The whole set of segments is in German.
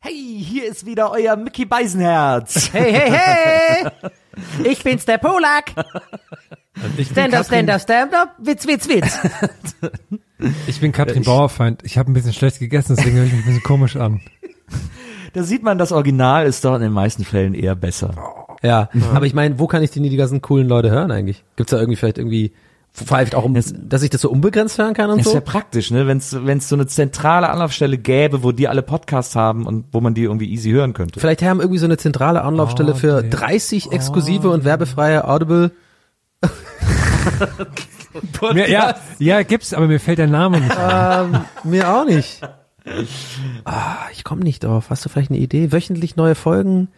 Hey, hier ist wieder euer Mickey Beisenherz. Hey, hey, hey! Ich bin's, der Polak! Und ich, bin Stand up, stand Katrin, up, stand up, Witz, Witz, Witz! ich bin Katrin Bauerfeind. Ich habe ein bisschen schlecht gegessen, deswegen höre ich mich ein bisschen komisch an. Da sieht man, das Original ist doch in den meisten Fällen eher besser. Ja, Mhm. aber ich meine, wo kann ich denn die ganzen coolen Leute hören eigentlich? Gibt's da irgendwie vielleicht irgendwie vielleicht auch um, dass ich das so unbegrenzt hören kann und Das so? wäre praktisch, ne? Wenn es so eine zentrale Anlaufstelle gäbe, wo die alle Podcasts haben und wo man die irgendwie easy hören könnte. Vielleicht haben irgendwie so eine zentrale Ah, Anlaufstelle für Audible. 30 exklusive und werbefreie Audible. Mir, ja, ja, gibt's, aber mir fällt der Name nicht ein. Ähm, mir auch nicht. Ah, ich komme nicht drauf. Hast du vielleicht eine Idee? Wöchentlich neue Folgen,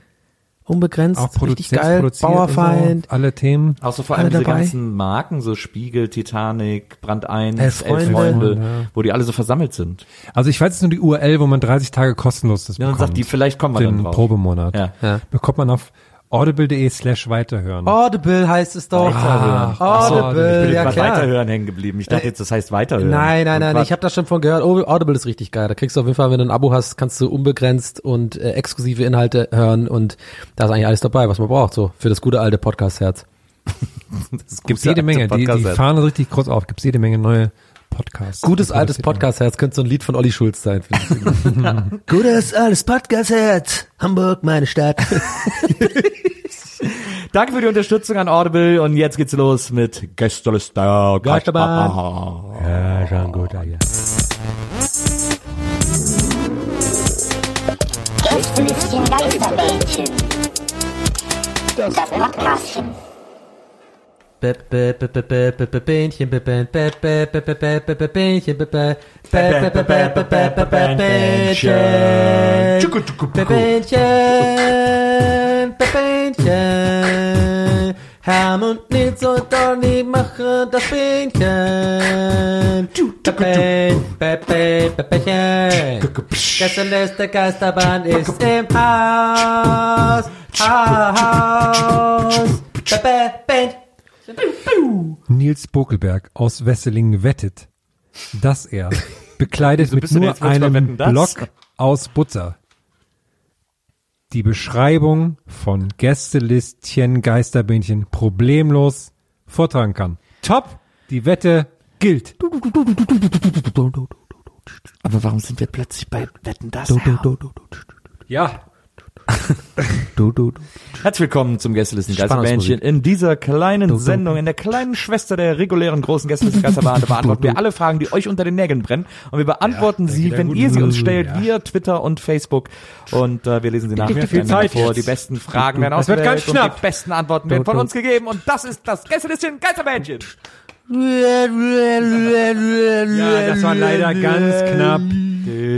unbegrenzt, Auch produziert, richtig geil, produziert Und Bauerfeind. so, alle Themen. Auch so vor allem Alle diese dabei? ganzen Marken, so Spiegel, Titanic, Brand 1, Elf Elf Freunde. Freunde, Ja. wo die alle so versammelt sind. Also ich weiß jetzt nur die URL, wo man 30 Tage kostenlos das Ja, und bekommt. sagt die, vielleicht kommen wir Den dann drauf. Probemonat. Ja. Ja. Bekommt man auf audible.de slash Oh, weiterhören. Audible heißt es doch. Weiterhören. Ah, Ach so, Audible, ich bin ja Grad klar. weiterhören hängen geblieben. Ich dachte jetzt, das heißt weiterhören. Oh Nein, nein, Oh Und nein, grad- ich habe das schon von gehört. Oh, Audible ist richtig geil. Da kriegst du auf jeden Fall, wenn du ein Abo hast, kannst du unbegrenzt und äh, exklusive Inhalte hören und da ist eigentlich alles dabei, was man braucht, so für das gute alte Podcast-Herz. das Gibt's gute jede Menge. alte Die, die Podcast-App. fahren richtig groß auf. Gibt's jede Menge neue Podcasts. Gutes Die altes produziert werden. Podcast-Herz könnte so ein Lied von Olli Schulz sein. gutes altes Podcast-Herz, Hamburg, meine Stadt. Danke für die Unterstützung an Audible und jetzt geht's los mit Gästeliste. Geisterbahn. Ja, schon gut, ja. Gästelistchen Geisterbällchen. Das Podcastchen. Bähnchen. Herm und Nils und Donny machen das Bähnchen. Bähnchen. Gästeliste Geisterbahn ist im Haus. Haus. Bähnchen. Nils Bokelberg aus Wesseling wettet, dass er, bekleidet mit bist du denn nur jetzt wirklich bei einem Wetten, dass? Block aus Butter, die Beschreibung von Gästelistchen Geisterbähnchen problemlos vortragen kann. Top! Die Wette gilt. Aber warum sind wir plötzlich bei Wetten das? Ja. Herzlich willkommen zum Gästelisten Geisterbähnchen. Spannungsmusik. In dieser kleinen Sendung, in der kleinen Schwester der regulären großen Gästelisten Geisterbahn, da beantworten wir alle Fragen, die euch unter den Nägeln brennen. Und wir beantworten sie, geht der wenn gute ihr sie uns Sinn, stellt, ja. via Twitter und Facebook. Und äh, wir lesen sie nach Nicht mehr viel miteinander Zeit vor. jetzt. Die besten Fragen werden Das wird ausgewählt ganz und knapp. die besten Antworten werden von uns gegeben. Und das ist das Gästelisten Geisterbähnchen. Ja, das war leider ganz knapp.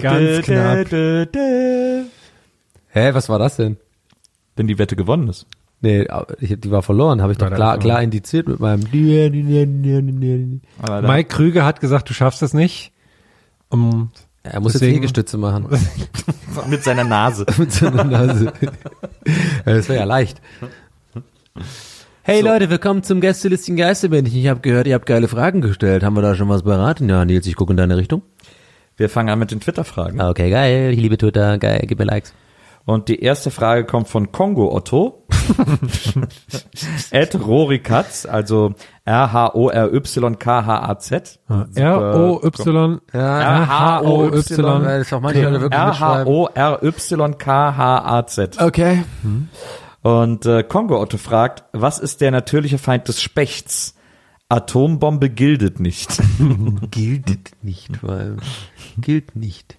Ganz knapp. Hä, was war das denn? Wenn die Wette gewonnen ist. Nee, aber ich, die war verloren, habe ich doch War klar, dann klar indiziert mit meinem. Aber da- Mike Krüger hat gesagt, du schaffst das nicht. Um, Er muss Deswegen- jetzt Liegestütze machen. mit seiner Nase. mit so einer Nase. Ja, das wäre ja leicht. Hey Leute, willkommen zum Gästelistchen Geisterbändchen. Ich habe gehört, ihr habt geile Fragen gestellt. Haben wir da schon was beraten? Ja, Nils, ich gucke in deine Richtung. Wir fangen an mit den Twitter-Fragen. Okay, geil. Ich liebe Twitter. Geil, gib mir Likes. Und die erste Frage kommt von Kongo Otto. Ed Rorikatz, also R-H-O-R-Y-K-H-A-Z. R-O-Y. Ah. R-H-O-Y. Weil das auch manche Leute wirklich mitschreiben. R-H-O-R-Y-K-H-A-Z. Okay. Und äh, Kongo Otto fragt, was ist der natürliche Feind des Spechts? Atombombe gildet nicht. Gilt nicht, weil gilt nicht.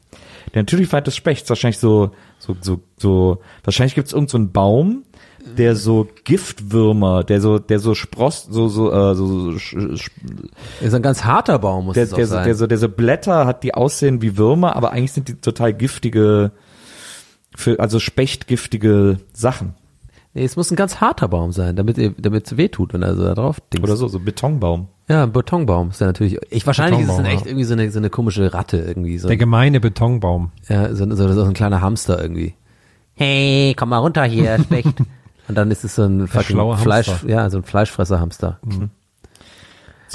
Der natürliche Feind des Spechts, wahrscheinlich so, so, so, so, wahrscheinlich gibt's irgend so einen Baum, der so Giftwürmer, der so, der so Spross, so, so, äh, so, so sch, sch, Ist ein ganz harter Baum, muss der, es auch der, so, sein. der, so, der so Blätter hat, die aussehen wie Würmer, aber eigentlich sind die total giftige, für, also spechtgiftige Sachen. nee, es muss ein ganz harter Baum sein, damit ihr- damit es wehtut, wenn er so da drauf dingst. Oder so, so Betonbaum. Ja, ein Betonbaum ist ja natürlich. Ich wahrscheinlich ist es Betonbaum, dann echt ja. irgendwie so eine, so eine komische Ratte irgendwie so. Der gemeine Betonbaum. Ja, so, so, so ein kleiner Hamster irgendwie. Hey, komm mal runter hier, Specht. Und dann ist es so ein fucking schlaue Fleisch, Hamster. ja, so ein Fleischfresser-Hamster.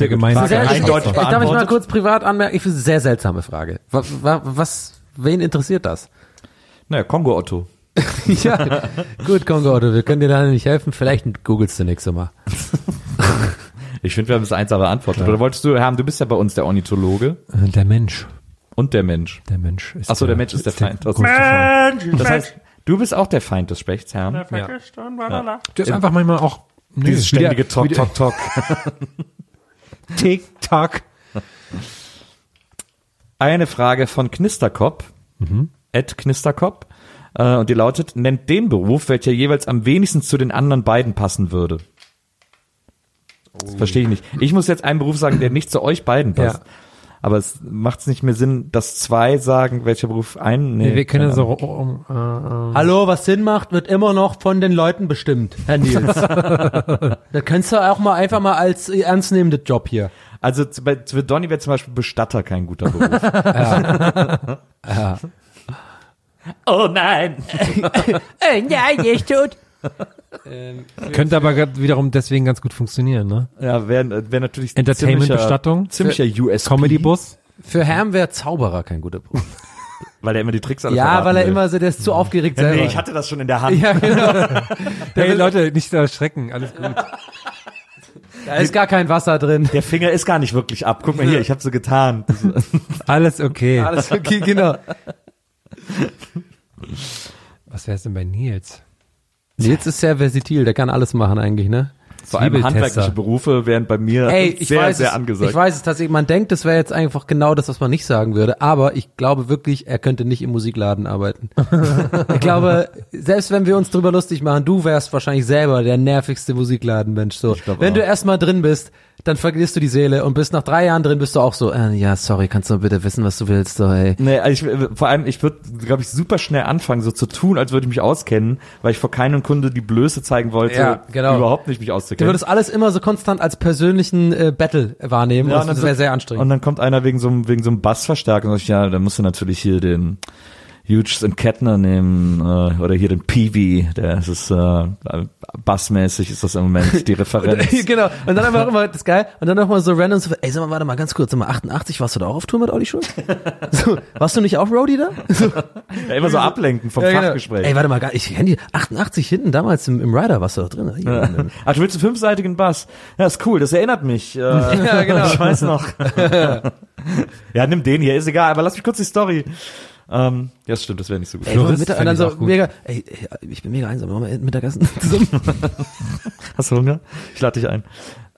Der gemeine Frage Betonbaum. eindeutig ich, darf ich mal beantwortet. kurz privat anmerken? Ich finde es eine sehr seltsame Frage. Was, was, wen interessiert das? Naja, Kongo-Otto. ja, gut, Kongo Otto, wir können dir da nicht helfen. Vielleicht googelst du nächstes Mal. Ich finde, wir haben das eins aber antwortet. Oder wolltest du haben, du bist ja bei uns der Ornithologe Äh, Der Mensch. und der Mensch. Der Mensch ist. Ach so, der Mensch ist der Feind. Das- größte Feind. Das heißt, du bist auch der Feind des Spechts, Herr. Der ist einfach manchmal auch. Nee, Dieses wie der- ständige Tok, wie der- Tok, Tok. Tick, Tack. Eine Frage von Knisterkopf. Mhm. Ed Knisterkopf. Äh, und die lautet, nennt den Beruf, welcher jeweils am wenigsten zu den anderen beiden passen würde. Das Oh. verstehe ich nicht. Ich muss jetzt einen Beruf sagen, der nicht zu euch beiden passt. Aber es macht es nicht mehr Sinn, dass zwei sagen, welcher Beruf einen. Nee, wir können keine ja so. Um, äh, äh, Hallo, was Sinn macht, wird immer noch von den Leuten bestimmt, Herr Nils. das kannst du auch mal einfach mal als ernstnehmenden Job hier. Also zu- bei, für Donny wäre zum Beispiel Bestatter kein guter Beruf. Oh nein! Äh, nein, ich tut. Ähm, könnte aber grad wiederum deswegen ganz gut funktionieren, ne? Ja, wäre wär natürlich Entertainment, ziemlicher- Bestattung? ziemlicher US Comedy-Bus? Für Herm wäre Zauberer kein guter Beruf. weil er immer die Tricks alle ja, verraten weil er Mhm. will. immer so, der ist zu aufgeregt selber. Nee, ich hatte das schon in der Hand. ja, genau. Hey Leute, nicht erschrecken, alles gut. Da ist gar kein Wasser drin. Der Finger ist gar nicht wirklich ab. Guck mal hier, ich habe so getan. Alles okay. Alles okay, genau. Was wär's denn bei Nils? Nils ist sehr versatil, der kann alles machen eigentlich, ne? Vor allem Zwiebeltester. handwerkliche Berufe wären bei mir Ey, ich sehr, weiß sehr es, angesagt. Ich weiß es tatsächlich. Man denkt, das wäre jetzt einfach genau das, was man nicht sagen würde. Aber ich glaube wirklich, er könnte nicht im Musikladen arbeiten. ich glaube, selbst wenn wir uns drüber lustig machen, du wärst wahrscheinlich selber der nervigste Musikladenmensch. So, glaub wenn auch. du erstmal drin bist, dann vergisst du die Seele und bist nach drei Jahren drin, bist du auch so, äh, ja, sorry, kannst du bitte wissen, was du willst, so, ey. Nee, also ich, vor allem, ich würde, glaube ich, super schnell anfangen, so zu tun, als würde ich mich auskennen, weil ich vor keinem Kunde die Blöße zeigen wollte, Ja, genau. überhaupt nicht mich Du auszukennen. würdest alles immer so konstant als persönlichen äh, Battle wahrnehmen. Ja, und und das dann- wäre sehr anstrengend. Und dann kommt einer wegen so einem, wegen so einem Bassverstärker und sagt, ja, dann musst du natürlich hier den Hughes und Kettner nehmen äh, oder hier den Peavy, der das ist äh, bassmäßig ist das im Moment die Referenz. genau. Und dann einfach immer, das ist geil. Und dann nochmal so random so, ey, sag mal, warte mal ganz kurz, sag mal, 88, warst du da auch auf Tour mit Audi Schulz? So, warst du nicht auch Roadie da? So, ja, genau. immer so ablenken vom genau. Fachgespräch. Ey, warte mal, gar- ich kenn die 88 hinten damals im, im Rider, warst du doch drin? ne? Ja, Ach, du willst einen fünfseitigen Bass? Ja, ist cool, das erinnert mich. Äh, ja, genau. Ich weiß noch. ja, nimm den hier, ist egal, aber lass mich kurz die Story. Ähm, ja, das stimmt, das wäre nicht so gut. Ey, wollen wir Florist Mittag- fänd und dann ich so auch gut. mega, ey, ey, ich bin mega einsam, wollen wir Mittagessen zusammen? Hast du Hunger? Ich lade dich ein.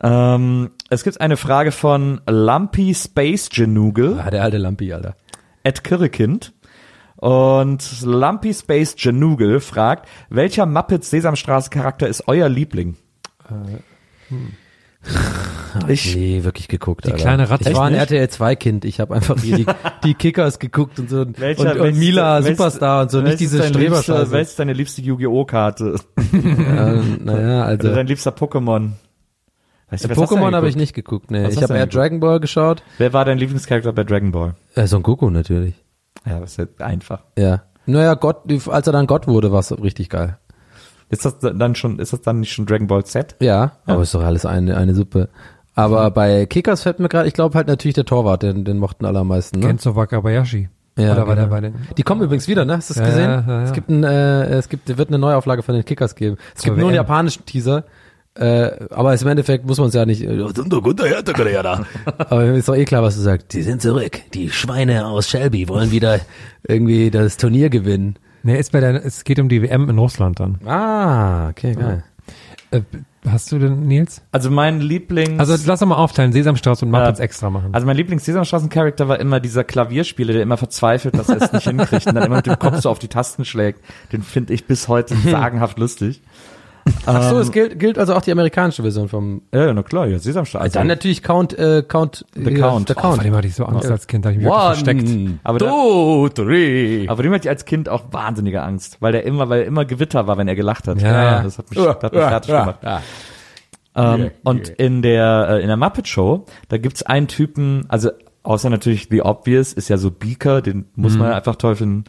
Ähm, es gibt eine Frage von Lumpy Space Genugel. Ah, der alte Lampi, Alter. Ed Kirrekind. Und Lumpy Space Genugel fragt, welcher Muppets Sesamstraße Charakter ist euer Liebling? Ich Ah, nee, wirklich geguckt, Die Alter. kleine Ratte. Ich war ein Echt RTL 2 Kind, ich habe einfach hier die, die Kickers geguckt und so und, und welches- Mila welches- Superstar und so, nicht welches diese ist dein liebster- Streberscheiße. Welches ist deine liebste Yu-Gi-Oh-Karte? Ähm, naja, Oder also dein liebster Pokémon? Weißt was hast du denn Pokémon habe ich geguckt? nicht geguckt, nee. Was hast Ich du habe denn eher geguckt? Dragon Ball geschaut. Wer war dein Lieblingscharakter bei Dragon Ball? Äh, Son Goku natürlich. Ja, das ist halt einfach. Ja. Naja, Gott, als er dann Gott wurde, war es richtig geil. Ist das dann schon, ist das dann nicht schon Dragon Ball Z? Ja, aber ist doch alles eine, eine Suppe. Aber bei Kickers fällt mir gerade, ich glaube halt natürlich der Torwart, den, den mochten alle am meisten. Ne? Kenzo Wakabayashi. Ja, Oder war der genau. bei den? Die kommen übrigens wieder, ne? Hast du das Ja, gesehen? ja, ja. Es gibt ein, äh, es gibt, wird eine Neuauflage von den Kickers geben. Es gibt nur einen WM. japanischen Teaser. Äh, aber ist im Endeffekt muss man es ja nicht. äh, Aber ist doch eh klar, was du sagst. Die sind zurück. Die Schweine aus Shelby wollen wieder irgendwie das Turnier gewinnen. Nee, ist bei der, es geht um die WM in Russland dann. Ah, okay, geil. Äh, hast du denn, Nils? Also mein Lieblings... Also lass doch mal aufteilen, Sesamstraße und Muppets Ja. extra machen. Also mein Lieblings-Sesamstraßen-Charakter war immer dieser Klavierspieler, der immer verzweifelt, dass er es nicht hinkriegt und dann immer mit dem Kopf so auf die Tasten schlägt. Den finde ich bis heute sagenhaft lustig. Ach so, es gilt, gilt also auch die amerikanische Version vom. Ja, na klar, ja, Sesamstraße. Also dann natürlich Count, äh, Count, The äh, Count. Also The Oh, oh, vor Count. dem hatte ich so Angst als Kind, da hab ich mich One, wirklich versteckt. Aber da- two, three. Aber dem hatte ich als Kind auch wahnsinnige Angst, weil der immer, weil immer Gewitter war, wenn er gelacht hat. Ja, ja. Das hat mich, das hat mich fertig gemacht. Ja. Ähm, und in der äh, in der Muppet Show, da gibt's einen Mhm. Typen, also außer natürlich The Obvious ist ja so Beaker, den muss man ja einfach teufeln.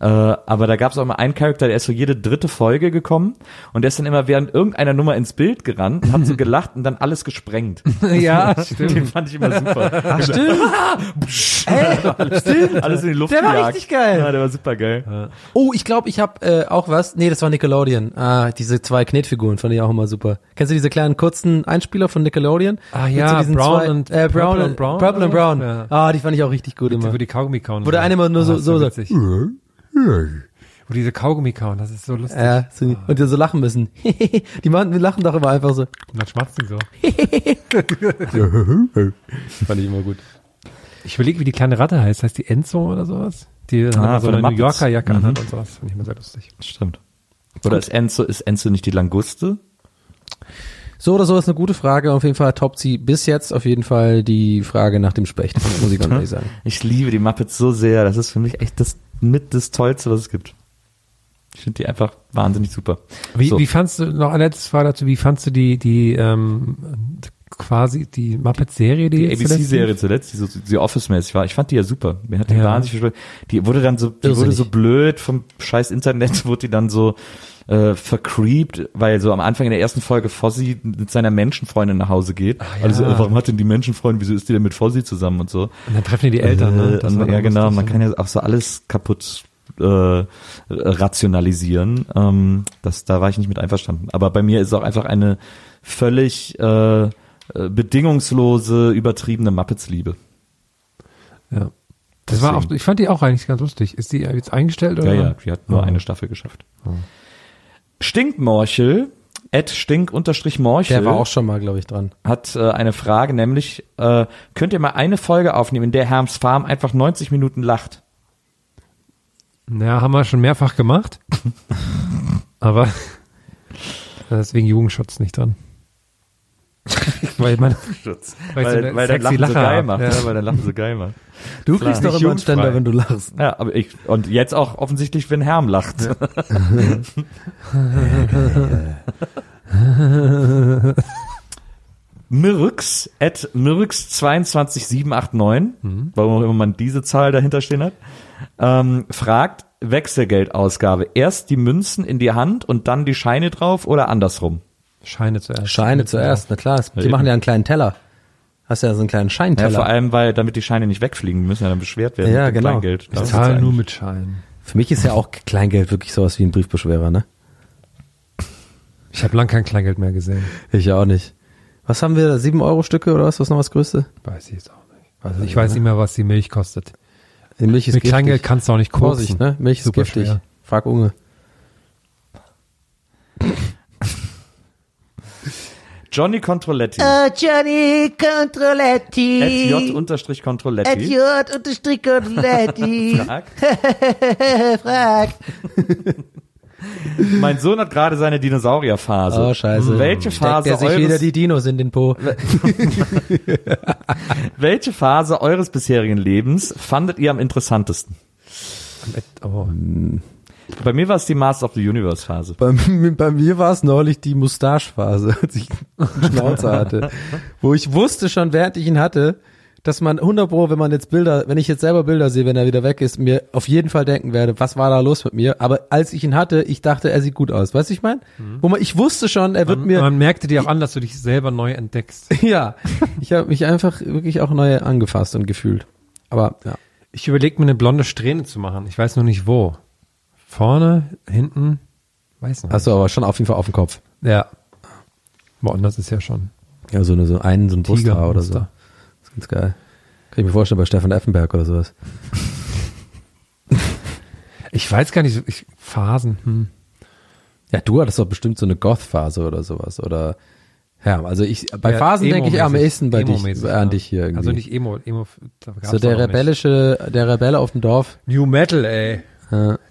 Äh, aber da gab es auch mal einen Charakter, der ist so jede dritte Folge gekommen und der ist dann immer während irgendeiner Nummer ins Bild gerannt, hat so gelacht und dann alles gesprengt. Ja, Den fand ich immer super. Ach, Ah, stimmt. Alles in die Luft Der war gejagt. richtig geil. Ja, der war super geil. Oh, ich glaube, ich habe äh, auch was. Nee, das war Nickelodeon. Ah, diese zwei Knetfiguren fand ich auch immer super. Kennst du diese kleinen kurzen Einspieler von Nickelodeon? Ah Mit ja, so diesen Brown zwei, und äh, Brown Purple und und Brown Purple und oder Brown. so? Ja. Ah, die fand ich auch richtig gut immer. Wo die Kaugummi kauen. Wo der eine immer nur so- das ist so sagt, witzig. "Äh, Wo diese Kaugummi kauen, das ist so lustig. Ja, so, und die so lachen müssen. die machen, die lachen doch immer einfach so. Und dann schmatzen die so. Fand ich immer gut. Ich überlege, wie die kleine Ratte heißt. Heißt die Enzo oder sowas? Die dann Ah, immer so von eine den New Muppets. Yorker Jacke Mhm. anhat und sowas. Finde ich immer sehr lustig. Stimmt. Oder ist Enzo, ist Enzo nicht die Hm? Languste? So oder so ist eine gute Frage. Auf jeden Fall toppt sie bis jetzt auf jeden Fall die Frage nach dem Specht, muss ich ganz ehrlich sagen. Ich liebe die Muppets so sehr. Das ist für mich echt das mit das Tollste, was es gibt. Ich finde die einfach wahnsinnig super. Wie, so. wie fandst du, noch eine letzte Frage dazu, wie fandst du die, die, ähm, quasi die Muppet-Serie, die, die jetzt zuletzt lief? ABC-Serie zuletzt, die so so office-mäßig war. Ich fand die ja super. Mir hat die Ja. wahnsinnig viel Spaß. Die wurde dann so, die wurde Irrsinnig. so blöd vom scheiß Internet, wurde die dann so äh, vercreept, weil so am Anfang in der ersten Folge Fozzie mit seiner Menschenfreundin nach Hause geht. Ah, ja. Also äh, warum hat denn die Menschenfreundin, wieso ist die denn mit Fozzie zusammen und so? Und dann treffen die die Eltern, ne? Äh, und, war ja, auch genau. lustig. Man kann ja auch so alles kaputt äh, rationalisieren. Ähm, das, da war ich nicht mit einverstanden. Aber bei mir ist auch einfach eine völlig äh, äh, bedingungslose, übertriebene Muppets-Liebe. ja. Das war auch, Deswegen. ich fand die auch eigentlich ganz lustig. Ist die jetzt eingestellt Ja, oder? ja, die hat nur eine Staffel geschafft. Stinkmorchel, at stink-morchel, Der war auch schon mal, glaube ich, dran. hat äh, eine Frage, nämlich, äh, könnt ihr mal eine Folge aufnehmen, in der Herms Farm einfach 90 Minuten lacht? Naja, haben wir schon mehrfach gemacht. Aber da ist wegen Jugendschutz nicht dran. Weil man, Weil, Weil so weil, eine dein Lachen sexy so Lacher geil hat. macht. Ja. Ja, weil dein Lachen so geil macht. Du Klar. kriegst doch Nicht immer einen Ständer, jugendfrei. wenn du lachst. Ja, aber ich, und jetzt auch offensichtlich, wenn Herm lacht. Mirx, at Mirx22789, warum auch immer man diese Zahl dahinter stehen hat, ähm, fragt, Wechselgeldausgabe, erst die Münzen in die Hand und dann die Scheine drauf oder andersrum? Scheine zuerst. Genau. Scheine zuerst, na klar. Die eben. machen ja einen kleinen Teller. Hast ja so einen kleinen Ja, vor Scheinteller. allem, weil damit die Scheine nicht wegfliegen, die müssen ja dann beschwert werden. Ja, mit dem genau. Kleingeld. Ich Das ist zahle eigentlich- nur mit Scheinen. Für mich ist ja auch Kleingeld wirklich sowas wie ein Briefbeschwerer, ne? Ich habe lang kein Kleingeld mehr gesehen. Ich auch nicht. Was haben wir da? 7 Euro Stücke oder was? Was ist noch das Größte? Weiß ich jetzt auch nicht. Also ich weiß nicht mehr, was die Milch kostet. Die Milch ist Mit Kleingeld giftig. kannst du auch nicht koksen. Vorsicht, ne? Milch ist Super giftig. schwer. Frag Unge. Johnny Controletti. Oh, Johnny Controletti. SJ-Controletti J unterstrich Controletti. fragt, Frag. mein Sohn hat gerade seine Dinosaurierphase. Mhm. Oh, scheiße. Ah, Welche Steckt Phase, er sich wieder eures, die Dinos in den Po. welche Phase eures bisherigen Lebens fandet ihr am interessantesten? Oh. Bei mir war es die Master of the Universe Phase. Bei, mir- bei mir war es neulich die Mustache-Phase, als ich einen Schnauzer hatte. Wo ich wusste schon, während ich ihn hatte, dass man 100 Pro, wenn man jetzt Bilder, wenn ich jetzt selber Bilder sehe, wenn er wieder weg ist, mir auf jeden Fall denken werde, was war da los mit mir? Aber als ich ihn hatte, ich dachte, er sieht gut aus. Weißt du, ich meine? Wo man, ich wusste schon, er wird Man, mir, man merkte dir auch an, dass du dich selber neu entdeckst. ja, ich habe mich einfach wirklich auch neu angefasst und gefühlt. Aber, ja. Ich überlege mir eine blonde Strähne zu machen. Ich weiß nur nicht wo. Vorne, hinten, weiß noch nicht. Achso, aber schon auf jeden Fall auf dem Kopf. Ja. Woanders ist ja schon. Ja, so, eine, so einen, so ein Brusthaar oder so. Tigermuster. Das ist ganz geil. Kann ich mir vorstellen, bei Stefan Effenberg oder sowas. Ich weiß gar nicht, so- ich, Phasen. Hm. Ja, du hattest doch bestimmt so eine Goth-Phase oder sowas, oder? Ja, also ich, bei Ja, Phasen denke ich am emo-mäßig. ehesten bei dich, Emo-mäßig, an ja. dich hier irgendwie. Also nicht Emo, Emo. da gab's so der auch noch nicht. rebellische, der Rebelle auf dem Dorf. New Metal, ey.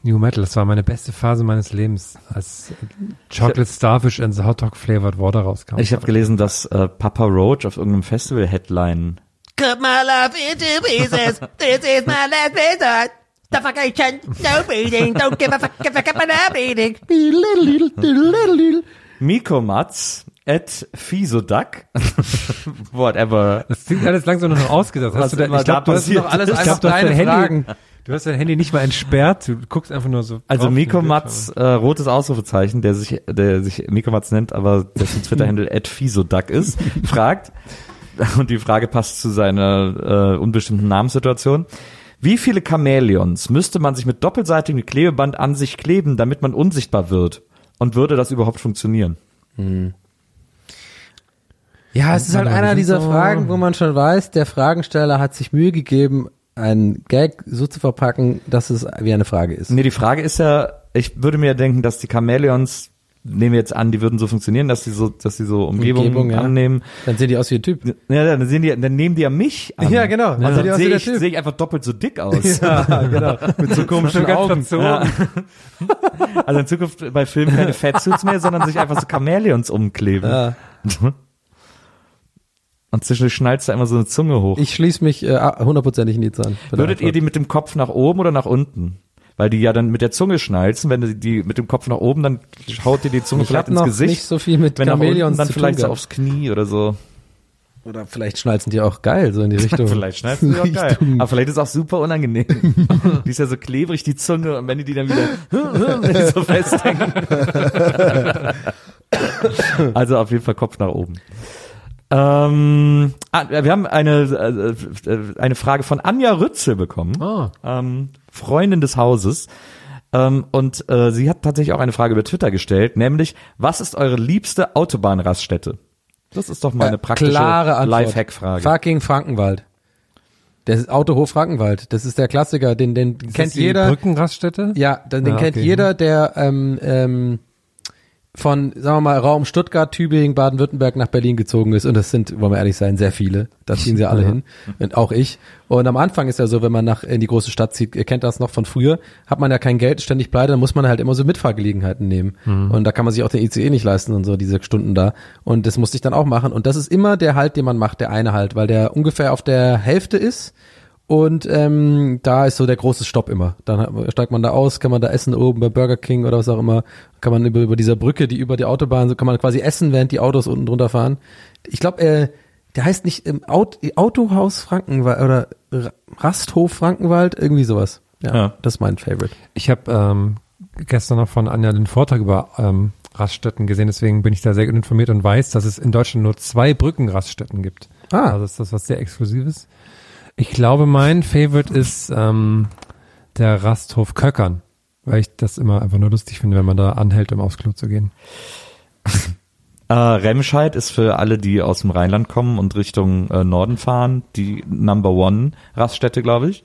New Metal, das war meine beste Phase meines Lebens, als Chocolate Starfish and the Hot Dog Flavored Water rauskam. Ich habe gelesen, dass äh, Papa Roach auf irgendeinem Festival Headline. Cut my life into pieces. This is my last resort. Suffocation, no breathing. Don't give a fuck if I cut my life bleeding. Miko Matz at Fisoduck. Whatever. das klingt alles langsam noch ausgedacht. Was Hast du da, immer ich glaube, da du hast passiert. noch alles Das ich glaub, einfach du hast dein deine Handy, Fragen. Du hast dein Handy nicht mal entsperrt, du guckst einfach nur so. Also drauf Miko auf den Matz, äh, rotes Ausrufezeichen, der sich, der sich Miko Matz nennt, aber dessen Twitter-Handle @fisoduck ist, fragt, und die Frage passt zu seiner äh, unbestimmten Namenssituation. Wie viele Chamäleons müsste man sich mit doppelseitigem Klebeband an sich kleben, damit man unsichtbar wird? Und würde das überhaupt funktionieren? Ja, es ist halt einer dieser Fragen, wo man schon weiß, der Fragensteller hat sich Mühe gegeben, einen Gag so zu verpacken, dass es wie eine Frage ist. Nee, die Frage ist ja, ich würde mir ja denken, dass die Chamäleons, nehmen wir jetzt an, die würden so funktionieren, dass sie so, dass sie so Umgebungen Umgebung, ja. annehmen. Dann sehen die aus wie ein Typ. Ja, dann, sehen die, dann nehmen die ja mich an. Ja, genau. Dann Also sind die auch so sehe der ich, Typ. seh ich einfach doppelt so dick aus. Ja, genau. Mit so komischen Ganz Augen. Ja. Also in Zukunft bei Filmen keine Fatsuits mehr, sondern sich einfach so Chamäleons umkleben. Ja. Und zwischendurch schnallst du immer so eine Zunge hoch. Ich schließe mich äh, hundertprozentig in die Zahn. Würdet ihr die mit dem Kopf nach oben oder nach unten? Weil die ja dann mit der Zunge schnalzen, wenn du die mit dem Kopf nach oben, dann haut dir die Zunge ich hab vielleicht ins noch Gesicht. nicht so viel mit wenn nach unten, Chamäleons dann zu vielleicht tun so gehabt. aufs Knie oder so. Oder vielleicht schnalzen die auch geil, so in die Richtung. Vielleicht schneidest du die auch geil. Aber vielleicht ist es auch super unangenehm. die ist ja so klebrig, die Zunge, und wenn die die dann wieder wenn die so festhängen. also auf jeden Fall Kopf nach oben. Ähm, ah, wir haben eine, äh, äh, eine Frage von Anja Rützel bekommen, Ah. ähm, Freundin des Hauses. Ähm, und äh, sie hat tatsächlich auch eine Frage über Twitter gestellt, nämlich, was ist eure liebste Autobahnraststätte? Das ist doch mal eine praktische Äh, klare Antwort. Lifehack-Frage. Fucking Frankenwald. Der ist Autohof Frankenwald. Das ist der Klassiker, den, den Ist das kennt die jeder. Brückenraststätte? Ja, den Ja, kennt okay. jeder, der ähm, ähm, von, sagen wir mal, Raum Stuttgart, Tübingen, Baden-Württemberg nach Berlin gezogen ist. Und das sind, wollen wir ehrlich sein, sehr viele. Da ziehen sie alle hin. Und auch ich. Und am Anfang ist ja so, wenn man nach in die große Stadt zieht, ihr kennt das noch von früher, hat man ja kein Geld, ständig pleite, dann muss man halt immer so Mitfahrgelegenheiten nehmen. Und da kann man sich auch den ICE nicht leisten und so, diese Stunden da. Und das musste ich dann auch machen. Und das ist immer der Halt, den man macht, der eine Halt, weil der ungefähr auf der Hälfte ist. Und ähm, da ist so der große Stopp immer. Dann hat- steigt man da aus, kann man da essen oben bei Burger King oder was auch immer. Kann man über, über dieser Brücke, die über die Autobahn, so kann man quasi essen, während die Autos unten drunter fahren. Ich glaube, äh, der heißt nicht im Auto, Autohaus Frankenwald oder Ra- Rasthof Frankenwald, irgendwie sowas. Ja, Ja. das ist mein Favorite. Ich habe ähm, gestern noch von Anja den Vortrag über ähm, Raststätten gesehen, deswegen bin ich da sehr informiert und weiß, dass es in Deutschland nur zwei Brückenraststätten gibt. Ah. Also ist das was sehr Exklusives. Ich glaube, mein Favorite ist ähm, der Rasthof Köckern, weil ich das immer einfach nur lustig finde, wenn man da anhält, um aufs Klo zu gehen. Äh, Remscheid ist für alle, die aus dem Rheinland kommen und Richtung äh, Norden fahren, die Number One Raststätte, glaube ich.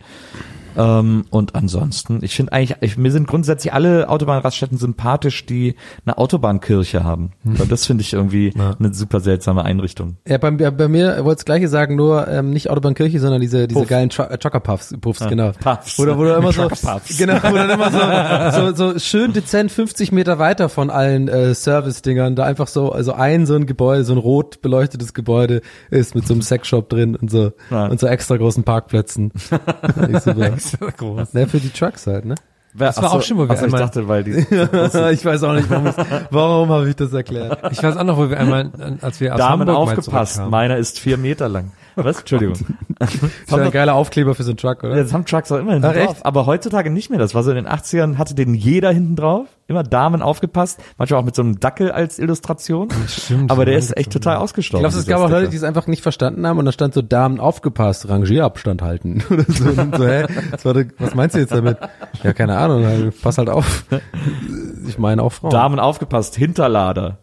Ähm, und ansonsten, ich finde eigentlich, ich, mir sind grundsätzlich alle Autobahnraststätten sympathisch, die eine Autobahnkirche haben. Hm. Weil das finde ich irgendwie eine super seltsame Einrichtung. Ja, bei, bei, bei mir wollte das Gleiche sagen, nur ähm, nicht Autobahnkirche, sondern diese, diese Puff. geilen Tro äh, Truckerpuffs, Puffs, genau. Puffs. Oder wo du immer so, Truckerpuffs. genau, wo dann immer so, so, so schön dezent 50 Meter weiter von allen äh, Service-Dingern, da einfach so, also ein so ein Gebäude, so ein rot beleuchtetes Gebäude ist mit so einem Sexshop drin und so Ja. und so extra großen Parkplätzen. Fand ich super. Groß. Ja, für die Trucks halt, ne? Das war auch schon, wo wir ich einmal- dachte, weil die ich weiß auch nicht, warum, ich's- warum habe ich das erklärt. Ich weiß auch noch, wo wir einmal, äh, als wir aus Damen Hamburg mal aufgepasst, zurückkamen. meiner ist vier Meter lang. Was? Entschuldigung. Das ist ja ein geiler Aufkleber für so einen Truck, oder? Jetzt haben Trucks auch immer hinten Ach, drauf. echt? Aber heutzutage nicht mehr. Das war so in den 80ern, hatte den jeder hinten drauf. Immer Damen aufgepasst. Manchmal auch mit so einem Dackel als Illustration. stimmt, Aber der ja, ist echt stimmt. total ausgestorben. Ich glaube, es dieser gab auch Leute, die Sticker. es einfach nicht verstanden haben und da stand so Damen aufgepasst, Rangierabstand halten oder so. Und so hä, das war doch- was meinst du jetzt damit? Ja, keine Ahnung, halt, pass halt auf. Ich meine auch Frauen. Damen aufgepasst, Hinterlader.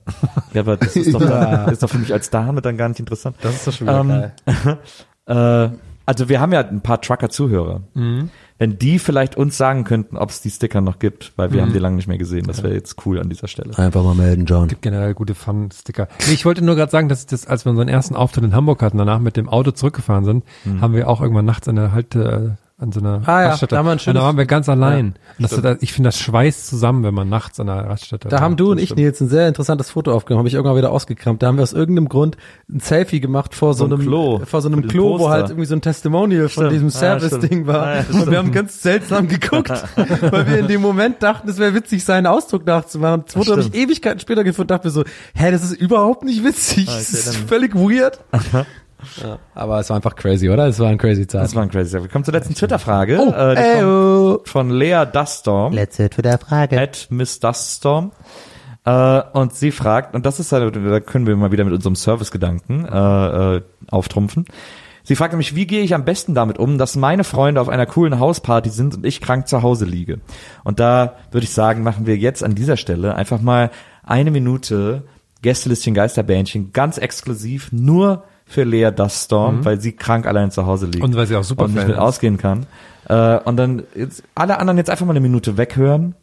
Ja, aber das ist doch, Ja. ist doch für mich als Dame dann gar nicht interessant. Das ist doch schon wieder Ähm, geil. Äh, also wir haben ja ein paar Trucker-Zuhörer. Mhm. Wenn die vielleicht uns sagen könnten, ob es die Sticker noch gibt, weil Mhm. wir haben die lange nicht mehr gesehen. Das wäre jetzt cool an dieser Stelle. Einfach mal melden, John. gibt generell gute Fun-Sticker. Nee, ich wollte nur gerade sagen, dass das, als wir unseren ersten Auftritt in Hamburg hatten, danach mit dem Auto zurückgefahren sind, haben wir auch irgendwann nachts an der Halte, äh, an so einer Ah ja, Raststätte. da haben wir ein und schönes- da waren wir ganz allein. und das, das, ich finde, das schweißt zusammen, wenn man nachts an der Raststätte Da war. haben du und ich Nils ein sehr interessantes Foto aufgenommen, habe ich irgendwann wieder ausgekramt. Da haben wir aus irgendeinem Grund ein Selfie gemacht vor so, So ein einem äh, Klo. vor so einem Mit dem Klo, wo Poster. halt irgendwie so ein Testimonial von Stimmt. diesem Ah, ja, stimmt. Service-Ding Ah, war. ja, und stimmt. wir haben ganz seltsam geguckt, weil wir in dem Moment dachten, es wäre witzig, seinen Ausdruck nachzumachen. Das Foto habe ich Stimmt. Ewigkeiten später gefunden, dachte mir so, hä, das ist überhaupt nicht witzig, ich das ist erinnere mich. völlig weird. Aber es war einfach crazy, oder? Es waren crazy Zeiten. Das war ein crazy. Wir kommen zur letzten Twitter-Frage. Oh, äh, die eyo. kommt von Lea Duststorm. Letzte Twitter-Frage. at Miss Duststorm. Äh, und sie fragt, und das ist halt, da können wir mal wieder mit unserem Servicegedanken äh, äh, auftrumpfen. Sie fragt nämlich, wie gehe ich am besten damit um, dass meine Freunde auf einer coolen Hausparty sind und ich krank zu Hause liege. Und da würde ich sagen, machen wir jetzt an dieser Stelle einfach mal eine Minute Gästelistchen Geisterbähnchen, ganz exklusiv nur für Lea Duststorm, weil sie krank allein zu Hause liegt. Mhm. Und weil sie auch super und nicht Fan mit ist. ausgehen kann. Äh, und dann jetzt alle anderen jetzt einfach mal eine Minute weghören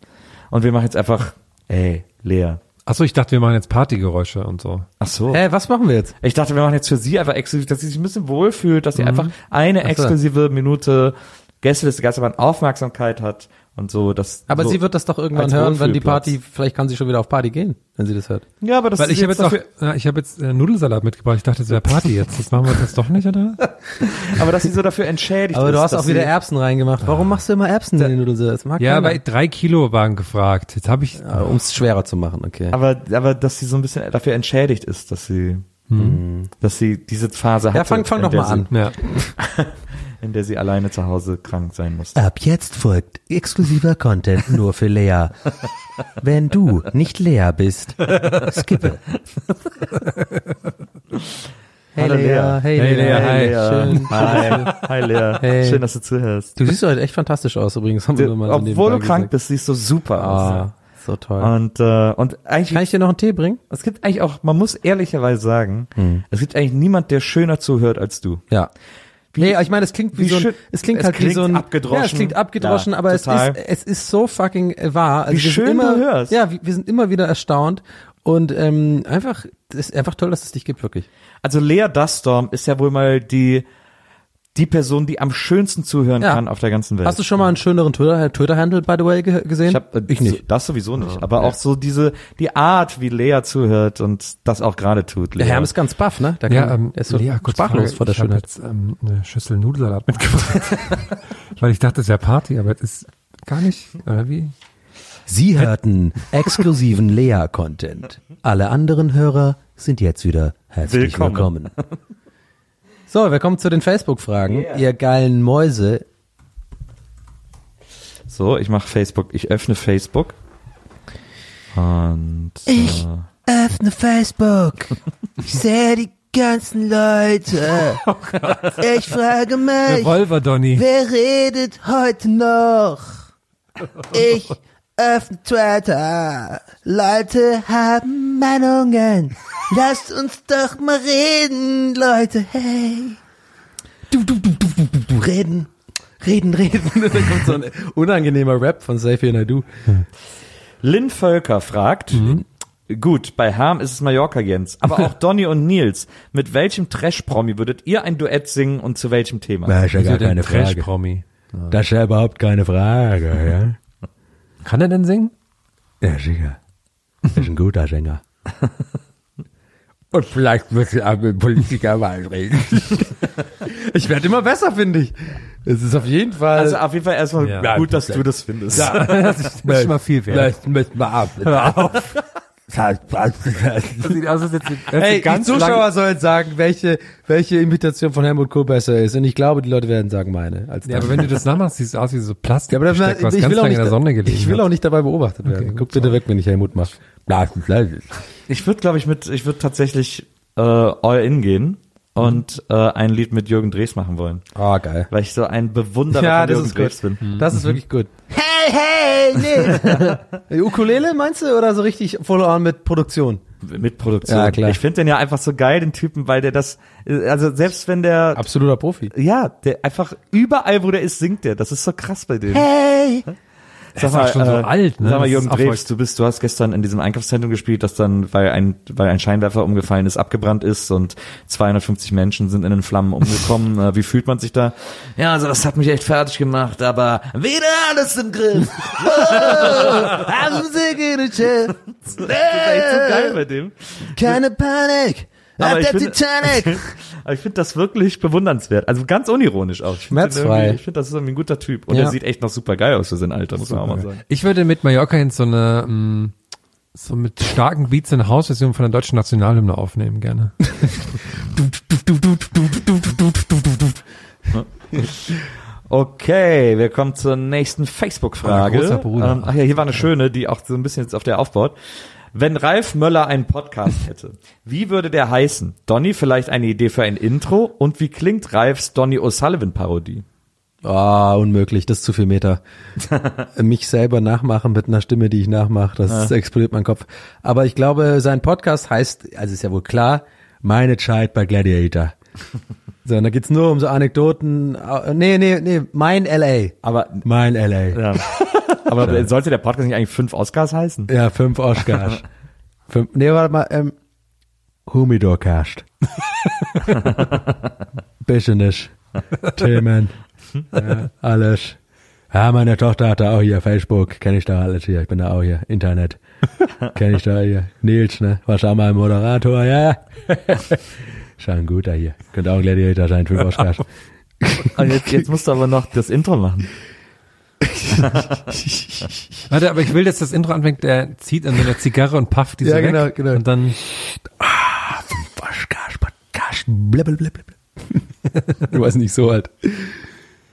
und wir machen jetzt einfach, ey, Lea. Achso, ich dachte, wir machen jetzt Partygeräusche und so. Ach so. Hä, was machen wir jetzt? Ich dachte, wir machen jetzt für sie einfach exklusiv, dass sie sich ein bisschen wohlfühlt, Mhm. dass sie einfach eine exklusive Minute Gästeliste Geisterbahn Aufmerksamkeit hat und so. Dass Aber so sie wird das doch irgendwann als hören, wenn die Wohlfühlplatz. Party, vielleicht kann sie schon wieder auf Party gehen, wenn sie das hört. Ja, aber das Weil ist ich habe jetzt, auch, dafür, ja, ich habe jetzt äh, Nudelsalat mitgebracht. Ich dachte, es wäre Party jetzt. Das machen wir jetzt doch nicht, oder? aber dass sie so dafür entschädigt Aber ist. du hast dass auch wieder sie- Erbsen reingemacht. Warum machst du immer Erbsen in den Nudeln? Das mag Ja, keiner. bei drei Kilo waren gefragt. Jetzt habe ich. Aber um es schwerer zu machen, okay. aber, aber dass sie so ein bisschen dafür entschädigt ist, dass sie, dass sie diese Phase hat. Mhm. Ja, fang, fang doch mal an. Ja. in der sie alleine zu Hause krank sein muss. Ab jetzt folgt exklusiver Content nur für Lea. Wenn du nicht leer bist, skippe. Hey Hallo, Lea. Lea, hey Hey, Lea, Lea, hi. hey, schön. Hi, hi Lea. Hey. Schön, dass du zuhörst. Du siehst heute echt fantastisch aus übrigens. Haben wir nur mal so Obwohl du nebenbei krank gesagt. bist, siehst du super aus. Ah, so toll. Und, äh, und eigentlich, Kann ich dir noch einen Tee bringen? es gibt eigentlich auch, man muss ehrlicherweise sagen, Hm. es gibt eigentlich niemand, der schöner zuhört als du. Ja. nee, aber ich meine, es klingt wie, wie so ein, schön- es klingt es halt wie klingt so ein, abgedroschen. ja, es klingt abgedroschen, Ja, aber es total. ist, es ist so fucking äh, wahr. Also Wie wir sind schön du immer, hörst. Ja, wir, wir sind immer wieder erstaunt und ähm, einfach, es ist einfach toll, dass es dich gibt, wirklich. Also Lea Duststorm ist ja wohl mal die, die Person, die am schönsten zuhören Ja. kann auf der ganzen Welt. Hast du schon mal einen schöneren Twitter, Twitter-Handle, by the way, ge gesehen? ich, hab, äh, ich so- nicht. Das sowieso nicht. Aber auch so diese, die Art, wie Lea zuhört und das auch gerade tut. Lea. Der Herm ist ganz baff, ne? Der Ja, kann- ähm, er ist so Lea, kurz sprachlos Frage. vor der ich habe Schönheit. jetzt ähm, eine Schüssel Nudelsalat mitgebracht. Weil ich dachte, es wäre Party, aber es ist gar nicht, oder wie? Sie hörten exklusiven Lea-Content. Alle anderen Hörer sind jetzt wieder herzlich Willkommen. willkommen. So, wir kommen zu den Facebook-Fragen. Ihr geilen Mäuse. So, ich mache Facebook, ich öffne Facebook. Und ich. Äh, Öffne Facebook. Ich sehe die ganzen Leute. Oh Ich frage mich, Revolver, Donny. wer redet heute noch? Ich öffne Twitter. Leute haben Meinungen. Lasst uns doch mal reden, Leute. Hey. Du, du, du, du, du, du, du, reden. Reden, reden. Und dann kommt so ein unangenehmer Rap von Safi Naidu. Lynn Völker fragt, Mhm. gut, bei Harm ist es Mallorca Jens, aber auch Donny und Nils, mit welchem Trash-Promi würdet ihr ein Duett singen und zu welchem Thema? ist ja Wieso denn Trash-Promi. Das ist ja überhaupt keine Frage, Kann er denn singen? ja? Ja, sicher. Das ist ein guter Sänger. Und vielleicht wird sie auch mit Politikerwahl reden. ich werde immer besser, finde ich. Es ist auf jeden Fall. Also auf jeden Fall erstmal Ja. gut, dass du das findest. Ja, das ist schon mal viel wert. Das müssen wir ab. Hör auf. Sieht aus, als jetzt Hey, die Zuschauer sollen sagen, welche, welche Imitation von Helmut Kohl besser ist. Und ich glaube, die Leute werden sagen meine. Als Ja, aber deine. wenn du das nachmachst, sieht es aus wie so Plastik, Ja, aber das- was ganz lange in der Sonne gelegen ich will hat. auch nicht dabei beobachtet werden. gut, Guck bitte weg, wenn ich Helmut mache. Ich würde, glaube ich, mit, ich würde tatsächlich äh, all in gehen und äh, ein Lied mit Jürgen Drees machen wollen, Ah, geil. weil ich so ein Bewunderer von Jürgen Drees bin. Das ist wirklich gut. Hey, hey, nee. Äh, Ukulele meinst du oder so richtig Follow-on mit Produktion? Mit Produktion. Ja, klar. Ich finde den ja einfach so geil, den Typen, weil der das, also selbst wenn der Absoluter Profi. Ja, der einfach überall, wo der ist, singt der. Das ist so krass bei dem. Hey. Sag äh, ist auch schon so alt, ne? Sag mal, Das Jürgen ist auch Drews, verrückt. du bist, du hast gestern in diesem Einkaufszentrum gespielt, das dann, weil ein, weil ein Scheinwerfer umgefallen ist, abgebrannt ist und 250 Menschen sind in den Flammen umgekommen. Äh, Wie fühlt man sich da? Ja, also das hat mich echt fertig gemacht, aber wieder alles im Griff. Haben Sie gute Chance. Das ist echt so geil bei dem. Keine Panik. Aber Auf ich der finde- Titanic. Aber ich finde das wirklich bewundernsfrei. Also ganz unironisch auch. Ich finde den Schmerzfrei. irgendwie- Ich finde, das ist irgendwie ein guter Typ. Und Ja. er sieht echt noch super geil aus für sein Alter, muss man auch mal sagen. Ich würde mit Mallorca jetzt so eine, ähm, so mit starken Beats in Hausversion von der deutschen Nationalhymne aufnehmen, gerne. Okay, wir kommen zur nächsten Mein großer Facebook-Frage. Bruder. Ähm, ach ja, hier war eine schöne, die auch so ein bisschen jetzt auf der aufbaut. Wenn Ralf Möller einen Podcast hätte, wie würde der heißen? Donny vielleicht eine Idee für ein Intro? Und wie klingt Ralfs Donny O'Sullivan-Parodie? Ah, unmöglich, das ist zu viel Meter. Mich selber nachmachen mit einer Stimme, die ich nachmache, das explodiert mein Kopf. Aber ich glaube, sein Podcast heißt, also ist ja wohl klar, meine Child bei Gladiator. So, und da geht's nur um so Anekdoten. Ah, Nee, nee, nee, mein LA. Aber, Mein LA. ja. aber sollte der Podcast nicht eigentlich fünf Oscars heißen? Ja, fünf Oscars. fünf, nee, warte mal, ähm, Humidor casht. Bisschen nicht. Themen. Ja, alles. Ja, meine Tochter hat da auch hier Facebook. Kenne ich da alles hier. Ich bin da auch hier. Internet. Kenne ich da hier. Nils, ne? War schon mal Moderator, ja. schon ein guter hier. Könnte auch ein Gladiator sein für Oscars. Ah, Jetzt, jetzt musst du aber noch das Intro machen. Warte, aber ich will, dass das Intro anfängt, der zieht an so einer Zigarre und pafft diese Ja, genau, weg. genau. Und dann, Waschkasch, Podcast, blablabla. du weißt nicht, so alt.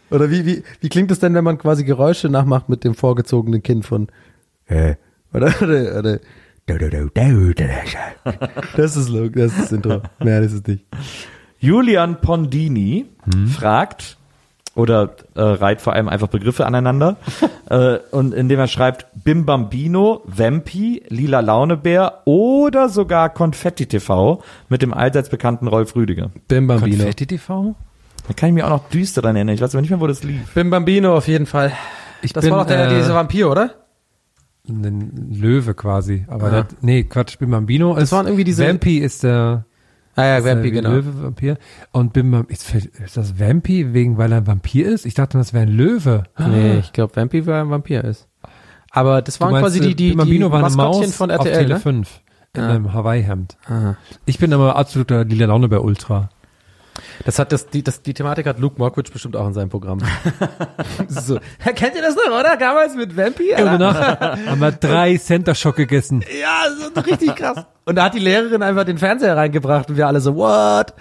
Oder wie, wie, wie klingt es denn, wenn man quasi Geräusche nachmacht mit dem vorgezogenen Kinn von äh, oder, oder, oder du, du, du, du, du, du. Das ist Look, das ist das Intro. Mehr ist es nicht. Julian Pondini fragt oder äh, reiht vor allem einfach Begriffe aneinander äh, und indem er schreibt Bim Bambino, Vampi, Lila Launebär oder sogar Konfetti TV mit dem allseits bekannten Rolf Rüdiger. Bim Bambino. Konfetti TV? Da kann ich mich auch noch düster dran erinnern. Ich weiß aber nicht mehr, wo das lief. Bim Bambino auf jeden Fall. Ich das bin, war doch der, äh, dieser Vampir, oder? Ein Löwe quasi. Aber Ja. das, nee, Quatsch, Bim Bambino ist, Ah. waren irgendwie diese- Vampi ist der, Ah ja, ist der Löwe, Vampir. genau. Und Bim Bam- ist, ist das Vampi wegen, weil er ein Vampir ist? Ich dachte, das wäre ein Löwe. Nee, ich glaube Vampir, weil er ein Vampir ist. Aber das Ah. Du waren meinst, quasi äh, die, die, Bim Bambino die war eine Maskottchen Maus von auf RTL, Tele ne? 5 in Ja. einem Hawaii-Hemd. Ah. Ich bin aber absoluter lila Laune bei Ultra. Das hat das, die, das, die Thematik hat Luke Mockridge bestimmt auch in seinem Programm. so. Kennt ihr das noch, oder? Damals mit Vampy? Irgendwo genau. nach haben wir drei Center Shock gegessen. Ja, so richtig krass. Und da hat die Lehrerin einfach den Fernseher reingebracht und wir alle so, what?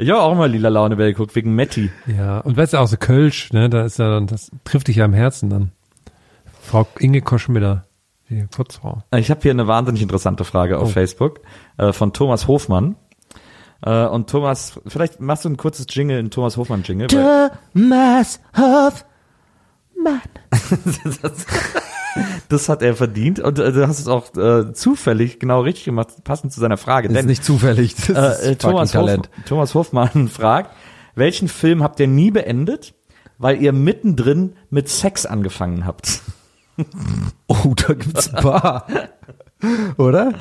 Ich habe auch mal Lila Launebär geguckt wegen Matti. Ja, und weißt du auch so Kölsch, ne? Da ist ja dann, das trifft dich ja am Herzen dann. Frau Inge Koschmiller, die Putzfrau. Ich habe hier eine wahnsinnig interessante Frage auf Oh. Facebook äh, von Thomas Hofmann. Äh, und Thomas, vielleicht machst du ein kurzes Jingle, ein Thomas Hofmann Jingle. weil- Thomas Hoffmann. Das hat er verdient und äh, du hast es auch äh, zufällig genau richtig gemacht, passend zu seiner Frage. Das ist Denn nicht zufällig. Das ist äh, äh, Thomas, Hof, Talent. Thomas Hofmann fragt, welchen Film habt ihr nie beendet, weil ihr mittendrin mit Sex angefangen habt? Oh, da gibt's ein paar. oder?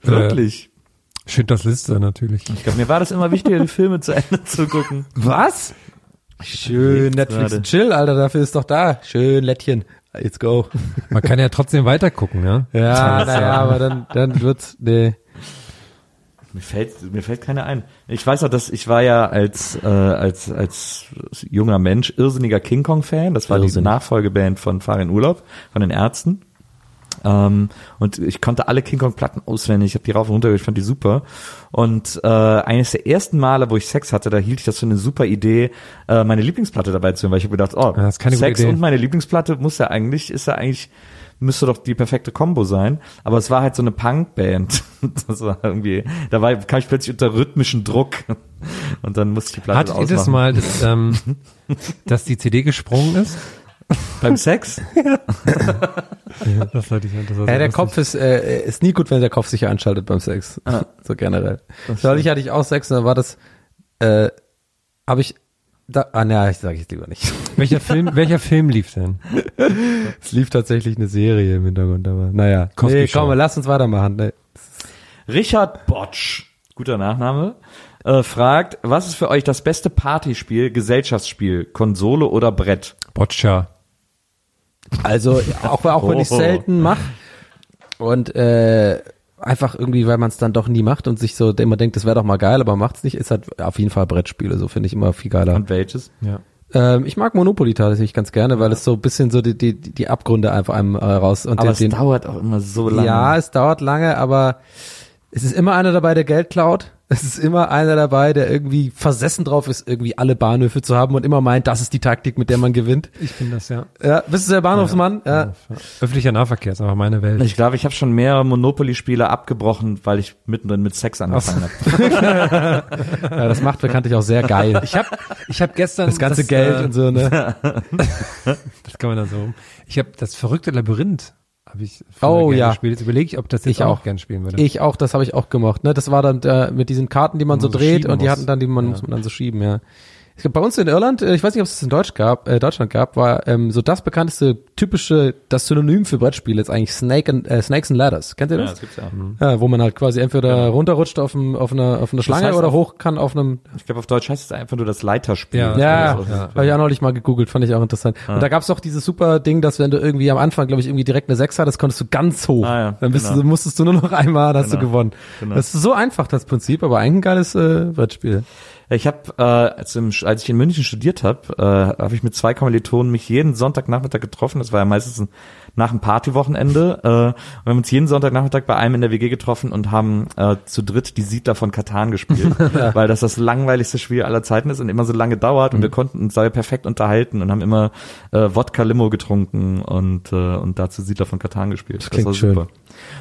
Wirklich. Schindlers Liste natürlich. Ich glaube, mir war das immer wichtiger, die Filme zu Ende zu gucken. Was? Schön Netflix gerade. und Chill, Alter, dafür ist doch da. Schön Lättchen. Let's go. Man kann ja trotzdem weitergucken, ne? Ja, naja, aber dann, dann wird's, nee. Mir fällt, mir fällt keine ein. Ich weiß noch, dass ich war ja als, äh, als, als junger Mensch irrsinniger King Kong-Fan. Das war die Irrsinnig. Nachfolgeband von Fahr in Urlaub, von den Ärzten. Ähm, und ich konnte alle King Kong-Platten auswendig. Ich habe die rauf und runter, gehört, ich fand die super. Und äh, eines der ersten Male, wo ich Sex hatte, da hielt ich das für eine super Idee, äh, meine Lieblingsplatte dabei zu hören, weil ich habe gedacht, oh, das ist keine gute Sex Idee. und meine Lieblingsplatte muss ja eigentlich, ist ja eigentlich, müsste doch die perfekte Combo sein. Aber es war halt so eine Punkband. Das war irgendwie, da war, kam ich plötzlich unter rhythmischen Druck. Und dann musste ich die Platte Hattet ihr ausmachen. das mal, dass, ähm, dass die CD gesprungen ist? Beim Sex? Das hatte ich das war sehr Ja, der lustig. Kopf ist, äh, ist nie gut, wenn der Kopf sich anschaltet beim Sex. Ah. So generell. Neulich hatte ich auch Sex und dann war das, äh, habe ich, da, ah, naja, ich sage ich lieber nicht. Welcher Film, welcher Film lief denn? Es lief tatsächlich eine Serie im Hintergrund, aber naja. Cosby nee, Show. komm, lass uns weitermachen. ne? Nee. Richard Botsch, guter Nachname, äh, fragt, was ist für euch das beste Partyspiel, Gesellschaftsspiel, Konsole oder Brett? Boccia. Also, auch, auch wenn ich Oh. selten mache und, äh, einfach irgendwie, weil man es dann doch nie macht und sich so immer denkt, das wäre doch mal geil, aber macht's nicht, ist halt auf jeden Fall Brettspiele, so finde ich immer viel geiler. Und welches? Ja. Ähm, ich mag Monopoly tatsächlich ganz gerne, weil es so ein bisschen so die, die, die Abgründe einfach einem äh, raus und Aber es den, dauert auch immer so lange. Ja, es dauert lange, aber es ist immer einer dabei, der Geld klaut. Es ist immer einer dabei, der irgendwie versessen drauf ist, irgendwie alle Bahnhöfe zu haben und immer meint, das ist die Taktik, mit der man gewinnt. Ich bin das, ja. Ja, bist du der Bahnhofsmann? Ja. Öffentlicher Nahverkehr ist einfach meine Welt. Ich glaube, ich habe schon mehrere Monopoly-Spiele abgebrochen, weil ich mittendrin mit Sex angefangen habe. Ja, das macht bekanntlich auch sehr geil. Ich habe ich hab gestern Das ganze äh, Geld und so, ne? Das kann man dann so um. Ich habe das verrückte Labyrinth habe ich früher Oh, gerne ja. gespielt. Jetzt überlege ich, ob das jetzt Ich auch, auch. gern spielen würde. Ich auch, das habe ich auch gemacht. Ne? Das war dann äh, mit diesen Karten, die man, so so dreht schieben und die muss. hatten dann, die man muss man dann so schieben, ja. Es gab bei uns in Irland, äh, ich weiß nicht, ob es das in Deutsch gab, äh, Deutschland gab, war ähm, so das bekannteste typische, das Synonym für Brettspiele ist eigentlich Snake and, äh, Snakes and Ladders. Kennt ihr das? gibt's ja. Mhm. Ja, wo man halt quasi entweder runterrutscht auf, einem, auf, einer, auf einer Schlange Genau. heißt oder auch- hoch kann auf einem Ich glaube, auf Deutsch heißt es einfach nur das Leiterspiel. Ja. ja, Also, ja. habe ich auch neulich mal gegoogelt, fand ich auch interessant. Ah. Und da gab's auch dieses super Ding, dass wenn du irgendwie am Anfang, glaube ich, irgendwie direkt eine 6 hattest, konntest du ganz hoch. Ah, ja, Dann bist genau. du, musstest du nur noch einmal, dann hast du Genau. gewonnen. Genau. Das ist so einfach, das Prinzip, aber eigentlich ein geiles äh, Brettspiel. Ich habe, äh, als, im- als ich in München studiert habe, äh, habe ich mit zwei Kommilitonen mich jeden Sonntagnachmittag getroffen. Das war ja meistens ein, nach einem Partywochenende. Äh, und wir haben uns jeden Sonntagnachmittag bei einem in der WG getroffen und haben äh, zu dritt die Siedler von Katan gespielt, weil das das langweiligste Spiel aller Zeiten ist und immer so lange dauert. Mhm. Und wir konnten uns da perfekt unterhalten und haben immer äh, Wodka Limo getrunken und äh, und dazu Siedler von Katan gespielt. Das, klingt schön.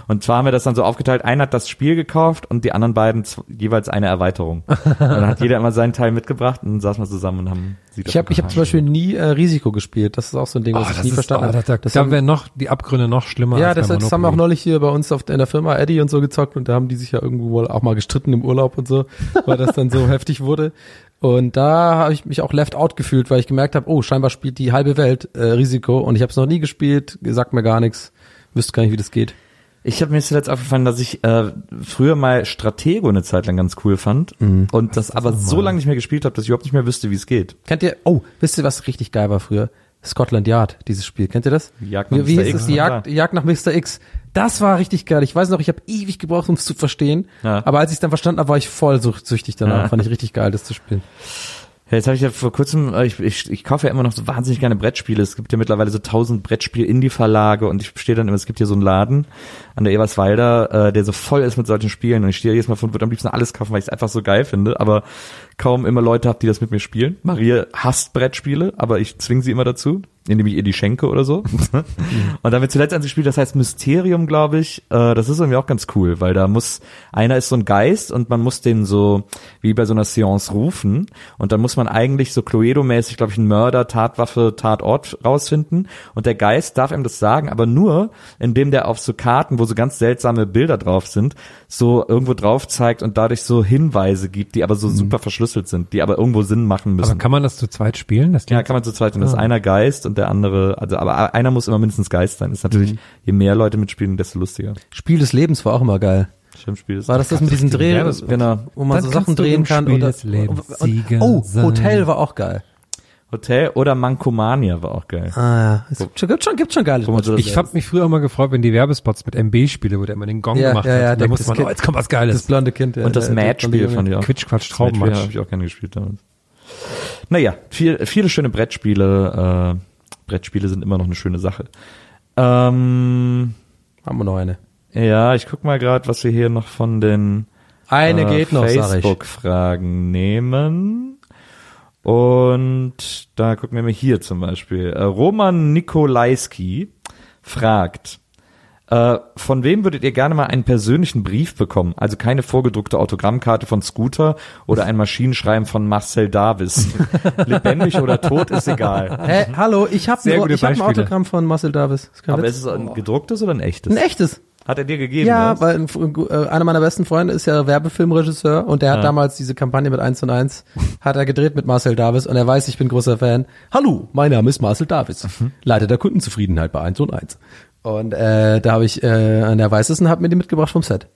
Und zwar haben wir das dann so aufgeteilt, einer hat das Spiel gekauft und die anderen beiden zw- jeweils eine Erweiterung. Und dann hat jeder immer seinen Teil mitgebracht und dann saßen wir zusammen und haben sie Ich habe ich hab zum Beispiel nie äh, Risiko gespielt. Das ist auch so ein Ding, oh, was ich das nie ist, verstanden oh, habe. da, da, Das da haben- wären noch die Abgründe noch schlimmer ja, als das, bei das haben wir auch Monopoly. neulich hier bei uns auf, in der Firma Eddie und so gezockt und da haben die sich ja irgendwo wohl auch mal gestritten im Urlaub und so, weil das dann so heftig wurde. Und da habe ich mich auch left out gefühlt, weil ich gemerkt habe, oh, scheinbar spielt die halbe Welt äh, Risiko und ich habe es noch nie gespielt, sagt mir gar nichts, wüsste gar nicht, wie das geht. Ich habe mir zuletzt aufgefallen, dass ich äh, früher mal Stratego eine Zeit lang ganz cool fand Mhm. und das, aber so lange nicht mehr gespielt habe, dass ich überhaupt nicht mehr wüsste, wie es geht. Kennt ihr, oh, wisst ihr, was richtig geil war früher? Scotland Yard, dieses Spiel. Kennt ihr das? Die Jagd nach wie, wie Mr. hieß X, es? Die na Jagd, Jagd nach Mr. X. Das war richtig geil. Ich weiß noch, ich habe ewig gebraucht, um es zu verstehen. Ja. Aber als ich es dann verstanden habe, war ich voll sucht- süchtig danach. Ja. Fand ich richtig geil, das zu spielen. Ja, jetzt habe ich ja vor kurzem, äh, ich, ich, ich kaufe ja immer noch so wahnsinnig gerne Brettspiele. Es gibt ja mittlerweile so tausend Brettspiel-Indie-Verlage und ich stehe dann immer, es gibt hier so einen Laden an der Eberswalder, äh, der so voll ist mit solchen Spielen und ich stehe jedes Mal vor und würde am liebsten alles kaufen, weil ich es einfach so geil finde, aber kaum immer Leute habe, die das mit mir spielen. Maria hasst Brettspiele, aber ich zwinge sie immer dazu, indem ich ihr die schenke oder so. und damit zuletzt ein Spiel, das heißt Mysterium, glaube ich. Äh, das ist irgendwie auch ganz cool, weil da muss, einer ist so ein Geist und man muss den so, wie bei so einer Seance rufen. Und dann muss man eigentlich so Cluedo-mäßig, glaube ich, einen Mörder, Tatwaffe, Tatort rausfinden. Und der Geist darf ihm das sagen, aber nur, indem der auf so Karten, wo so ganz seltsame Bilder drauf sind, so irgendwo drauf zeigt und dadurch so Hinweise gibt, die aber so super verschlüsselt sind, die aber irgendwo Sinn machen müssen. Mhm. Aber kann man Ah. das zu zweit spielen? Das Ja, klingt- kann man zu zweit tun. Das ist einer Geist und der andere, also aber einer muss immer mindestens Geist sein. Ist Mhm. natürlich, je mehr Leute mitspielen, desto lustiger. Spiel des Lebens war auch immer geil. Schirmspiel ist War das das mit diesen Dreh, Werbespot. Genau. wo man Dann so kannst Sachen du drehen im kann? Spiel oder, des Lebens und- und- Sieger oh, sein. Hotel war auch geil. Hotel oder Mankomania war auch geil. Ah ja, es gibt schon, gibt schon, gibt schon geile Wo man so das- Ich habe mich früher immer gefreut, wenn die Werbespots mit MB-Spiele, wo der immer den Gong Ja, gemacht ja, hat. ja, Und da der- muss das man, Kind- oh, jetzt kommt was Geiles. das blonde Kind. und das Match-Spiel fand ich auch. Quitsch, Quatsch, Das Match-Spiel Traubenmatch. habe ich auch gerne gespielt damals. Naja, viel, viele schöne Brettspiele. Äh, Brettspiele sind immer noch eine schöne Sache. Ähm, Haben wir noch eine. ja, ich guck mal gerade, was wir hier noch von den Eine äh, geht noch, sag ich. Facebook-Fragen nehmen. Und da gucken wir mal hier zum Beispiel. Äh, Roman Nikolaiski fragt, äh, von wem würdet ihr gerne mal einen persönlichen Brief bekommen? Also keine vorgedruckte Autogrammkarte von Scooter oder ein Maschinenschreiben von Marcel Davis. Lebendig oder tot ist egal. Hä, hallo, ich habe Sehr ein, gute ich hab ein Beispiele. Autogramm von Marcel Davis. Das kann Aber jetzt- ist es ein gedrucktes oder ein echtes? ein echtes. Hat er dir gegeben? ne? Ja, was? weil ein, äh, einer meiner besten Freunde ist ja Werbefilmregisseur und der hat damals diese Kampagne mit 1 und 1, hat er gedreht mit Marcel Davis und er weiß, ich bin großer Fan. Hallo, mein Name ist Marcel Davis, Leiter der Kundenzufriedenheit bei 1 und 1. Und äh, da habe ich, äh, an der Weißesten hat mir die mitgebracht vom Set.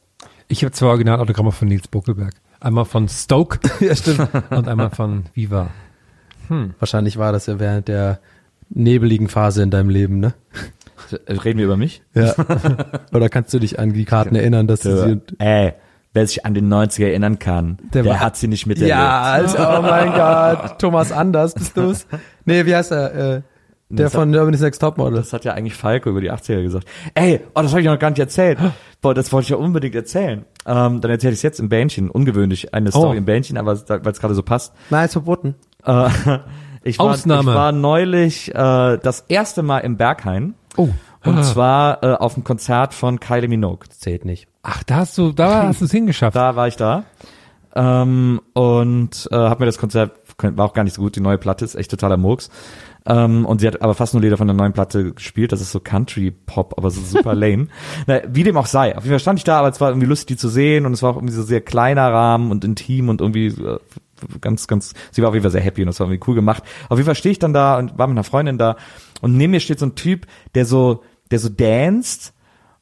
Ich habe zwei Originalautogramme von Nils Buckelberg. Einmal von Stoke ja, stimmt. und einmal von Viva. Wahrscheinlich war das ja während der nebeligen Phase in deinem Leben, ne? Reden wir über mich? Ja. Oder kannst du dich an die Karten erinnern, dass du sie... Ey, Äh, wer sich an den 90er erinnern kann, der, war- hat sie nicht miterlebt. Ja, also, oh mein Gott, Thomas Anders, bist du's? Nee, wie heißt er? Äh, der das von Germany's Next Topmodel. Das hat ja eigentlich Falco über die 80er gesagt. Ey, oh, das habe ich noch gar nicht erzählt. Boah, das wollte ich ja unbedingt erzählen. Ähm, dann erzähle ich es jetzt im Bähnchen. Ungewöhnlich, eine Story im Bähnchen, aber weil es gerade so passt. Nein, ist verboten. Äh, ich, war, Ausnahme. ich war neulich äh, das erste Mal im Berghain. Oh. Und Ah. zwar äh, auf dem Konzert von Kylie Minogue. Zählt nicht. Ach, da hast du, da hast du es hingeschafft. Da war ich da. Ähm, und äh, habe mir das Konzert, war auch gar nicht so gut, die neue Platte ist echt totaler Murks. Ähm, und sie hat aber fast nur Lieder von der neuen Platte gespielt. Das ist so Country-Pop, aber so super lame. Na, wie dem auch sei. Auf jeden Fall stand ich da, aber es war irgendwie lustig, die zu sehen. Und es war auch irgendwie so sehr kleiner Rahmen und intim und irgendwie äh, ganz, ganz, sie war auf jeden Fall sehr happy und das war irgendwie cool gemacht. Auf jeden Fall stehe ich dann da und war mit einer Freundin da. Und neben mir steht so ein Typ, der so, der so danced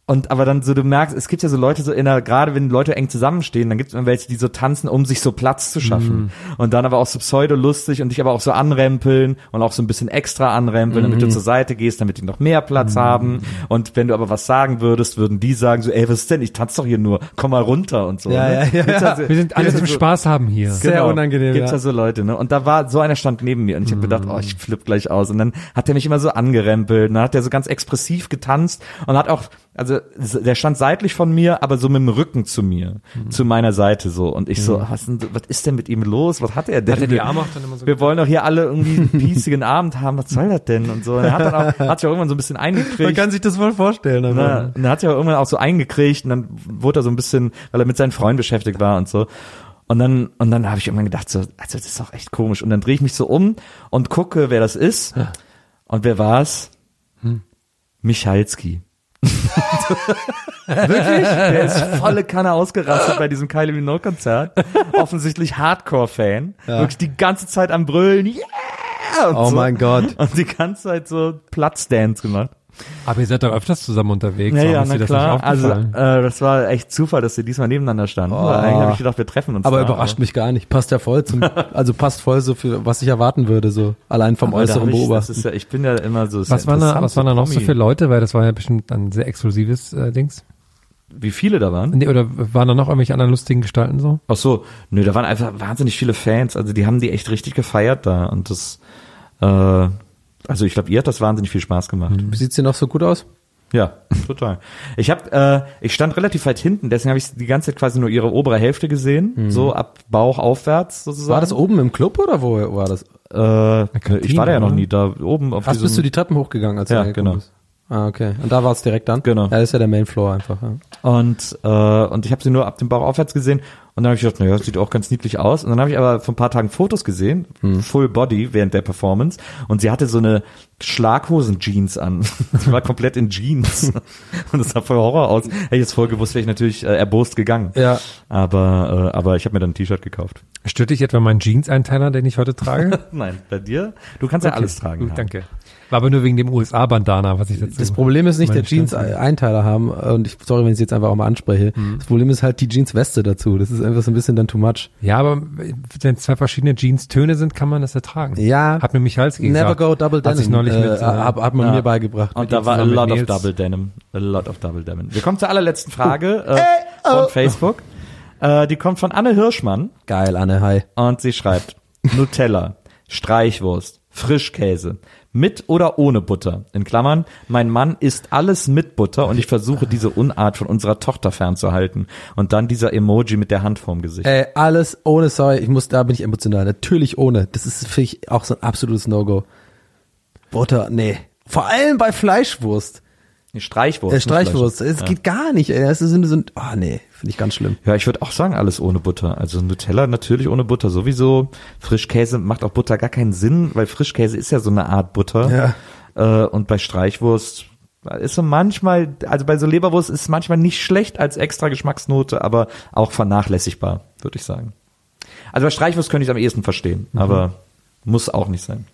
und aber dann so, du merkst, es gibt ja so Leute so in der, gerade wenn Leute eng zusammenstehen, dann gibt es immer welche, die so tanzen, um sich so Platz zu Mhm. schaffen. Und dann aber auch so pseudo-lustig und dich aber auch so anrempeln und auch so ein bisschen extra anrempeln, damit du Mhm. zur Seite gehst, damit die noch mehr Platz haben. Und wenn du aber was sagen würdest, würden die sagen so, ey, was ist denn, ich tanze doch hier nur, komm mal runter und so. Ja, ne? ja, ja, Gibt's ja. so- Wir sind alle gibt's zum so- Spaß haben hier. Sehr Genau. unangenehm, Gibt's ja. ja so Leute, ne? Und da war so einer stand neben mir und Mhm. ich habe gedacht, oh, ich flipp gleich aus. Und dann hat er mich immer so angerempelt, und dann hat er so ganz expressiv getanzt und hat auch, also s- der stand seitlich von mir, aber so mit dem Rücken zu mir, Mhm. zu meiner Seite so. Und ich so, was, denn, was ist denn mit ihm los? Was hat er denn? Hat er die Arme auch dann immer so Wir wollen doch hier alle irgendwie einen piesigen Abend haben. Was soll das denn? Und so. Und er hat dann auch, hat sich auch irgendwann so ein bisschen eingekriegt. sich das wohl vorstellen. Na, und dann hat er aber irgendwann auch so eingekriegt und dann wurde er so ein bisschen, weil er mit seinen Freunden beschäftigt war und so. Und dann, und dann habe ich irgendwann gedacht, so, also das ist doch echt komisch. Und dann drehe ich mich so um und gucke, wer das ist. Und wer war's? Hm. Michalski. Wirklich? Der ist volle Kanne ausgerastet bei diesem Kylie Minogue Konzert. Offensichtlich Hardcore-Fan. Wirklich die ganze Zeit am Brüllen. Yeah! Und Oh so. mein Gott. Und die ganze Zeit so Platzdance gemacht. Aber ihr seid doch öfters zusammen unterwegs. Ja, warum ja, ist na dir das klar. Nicht Also äh, aufgefallen? Oh. das war echt Zufall, dass wir diesmal nebeneinander standen. Weil Eigentlich habe ich gedacht, wir treffen uns. Aber da, überrascht mich gar nicht. Passt ja voll zum, also passt voll so für, was ich erwarten würde, so. Allein vom aber da hab äußeren ich, das Beobachten. ist ja, ich bin ja immer so. ist was ja waren da, interessant, was waren da noch so Promi. für Leute? Weil das war ja bestimmt ein sehr exklusives äh, Dings. Wie viele da waren? Nee, oder waren da noch irgendwelche anderen lustigen Gestalten so? Ach so, nö, da waren einfach wahnsinnig viele Fans. Also die haben die echt richtig gefeiert da und das. Äh, also ich glaube, ihr hat das wahnsinnig viel Spaß gemacht. Mhm. Sieht's hier noch so gut aus? Ja, total. Ich habe, äh, ich stand relativ weit hinten, deswegen habe ich die ganze Zeit quasi nur ihre obere Hälfte gesehen, Mhm. so ab Bauch aufwärts sozusagen. War das oben im Club oder wo war das? Äh, ich Kantine, war da ja noch oder? nie da oben auf Ach, diesem. bist du die Treppen hochgegangen, als du Ja, reingekommen genau. bist? Ah, okay. Und da war's direkt dann? Genau. Ja, das ist ja der Mainfloor einfach. Ja. Und, äh, und ich habe sie nur ab dem Bauch aufwärts gesehen. Und dann habe ich gedacht, naja, sieht auch ganz niedlich aus. Und dann habe ich aber vor ein paar Tagen Fotos gesehen, Hm. Full Body während der Performance. Und sie hatte so eine Schlaghosen-Jeans an. sie war komplett in Jeans. und das sah voll Horror aus. Hätte ich jetzt voll gewusst, wäre ich natürlich äh, erbost gegangen. Ja. Aber, äh, aber ich habe mir dann ein T-Shirt gekauft. Stört dich etwa mein Jeans-Einteiler, den ich heute trage? Nein, bei dir? Du kannst ja alles tragen. Gut, danke. War aber nur wegen dem USA-Bandana, was ich dazu Das Problem ist nicht, Also, meine der Jeans Stanze. Einteiler haben, äh, und ich, sorry, wenn ich es jetzt einfach auch mal anspreche. Hm. Das Problem ist halt die Jeans Weste dazu. Das ist einfach so ein bisschen dann too much. Ja, aber wenn zwei verschiedene Jeans-Töne sind, kann man das ertragen. Ja. Hat mir Michalski Never gesagt. go double Hat sich denim. neulich mit, äh, hat, hat man mir beigebracht. Und da ihm war a zusammen mit lot of Nils. double denim. A lot of double denim. Wir kommen zur allerletzten Frage äh, oh. von Facebook. Äh, die kommt von Anne Hirschmann Geil, Anne, hi. und sie schreibt Nutella, Streichwurst, Frischkäse, mit oder ohne Butter. In Klammern, mein Mann isst alles mit Butter und ich versuche diese Unart von unserer Tochter fernzuhalten. Und dann dieser Emoji mit der Hand vorm Gesicht. Ey, Äh, alles ohne, sorry, ich muss, da bin ich emotional. Natürlich ohne. Das ist für mich auch so ein absolutes No-Go. Butter, nee. Vor allem bei Fleischwurst. Nee, Streichwurst. Äh, nicht Streichwurst. Fleisch. Es geht gar nicht, ey. Das ist so ein, oh nee, finde ich ganz schlimm. Ja, ich würde auch sagen, alles ohne Butter. Also Nutella natürlich ohne Butter sowieso. Frischkäse macht auch Butter gar keinen Sinn, weil Frischkäse ist ja so eine Art Butter. Ja. Äh, und bei Streichwurst ist so manchmal, also bei so Leberwurst ist es manchmal nicht schlecht als extra Geschmacksnote, aber auch vernachlässigbar, würde ich sagen. Also bei Streichwurst könnte ich es am ehesten verstehen, aber muss auch nicht sein.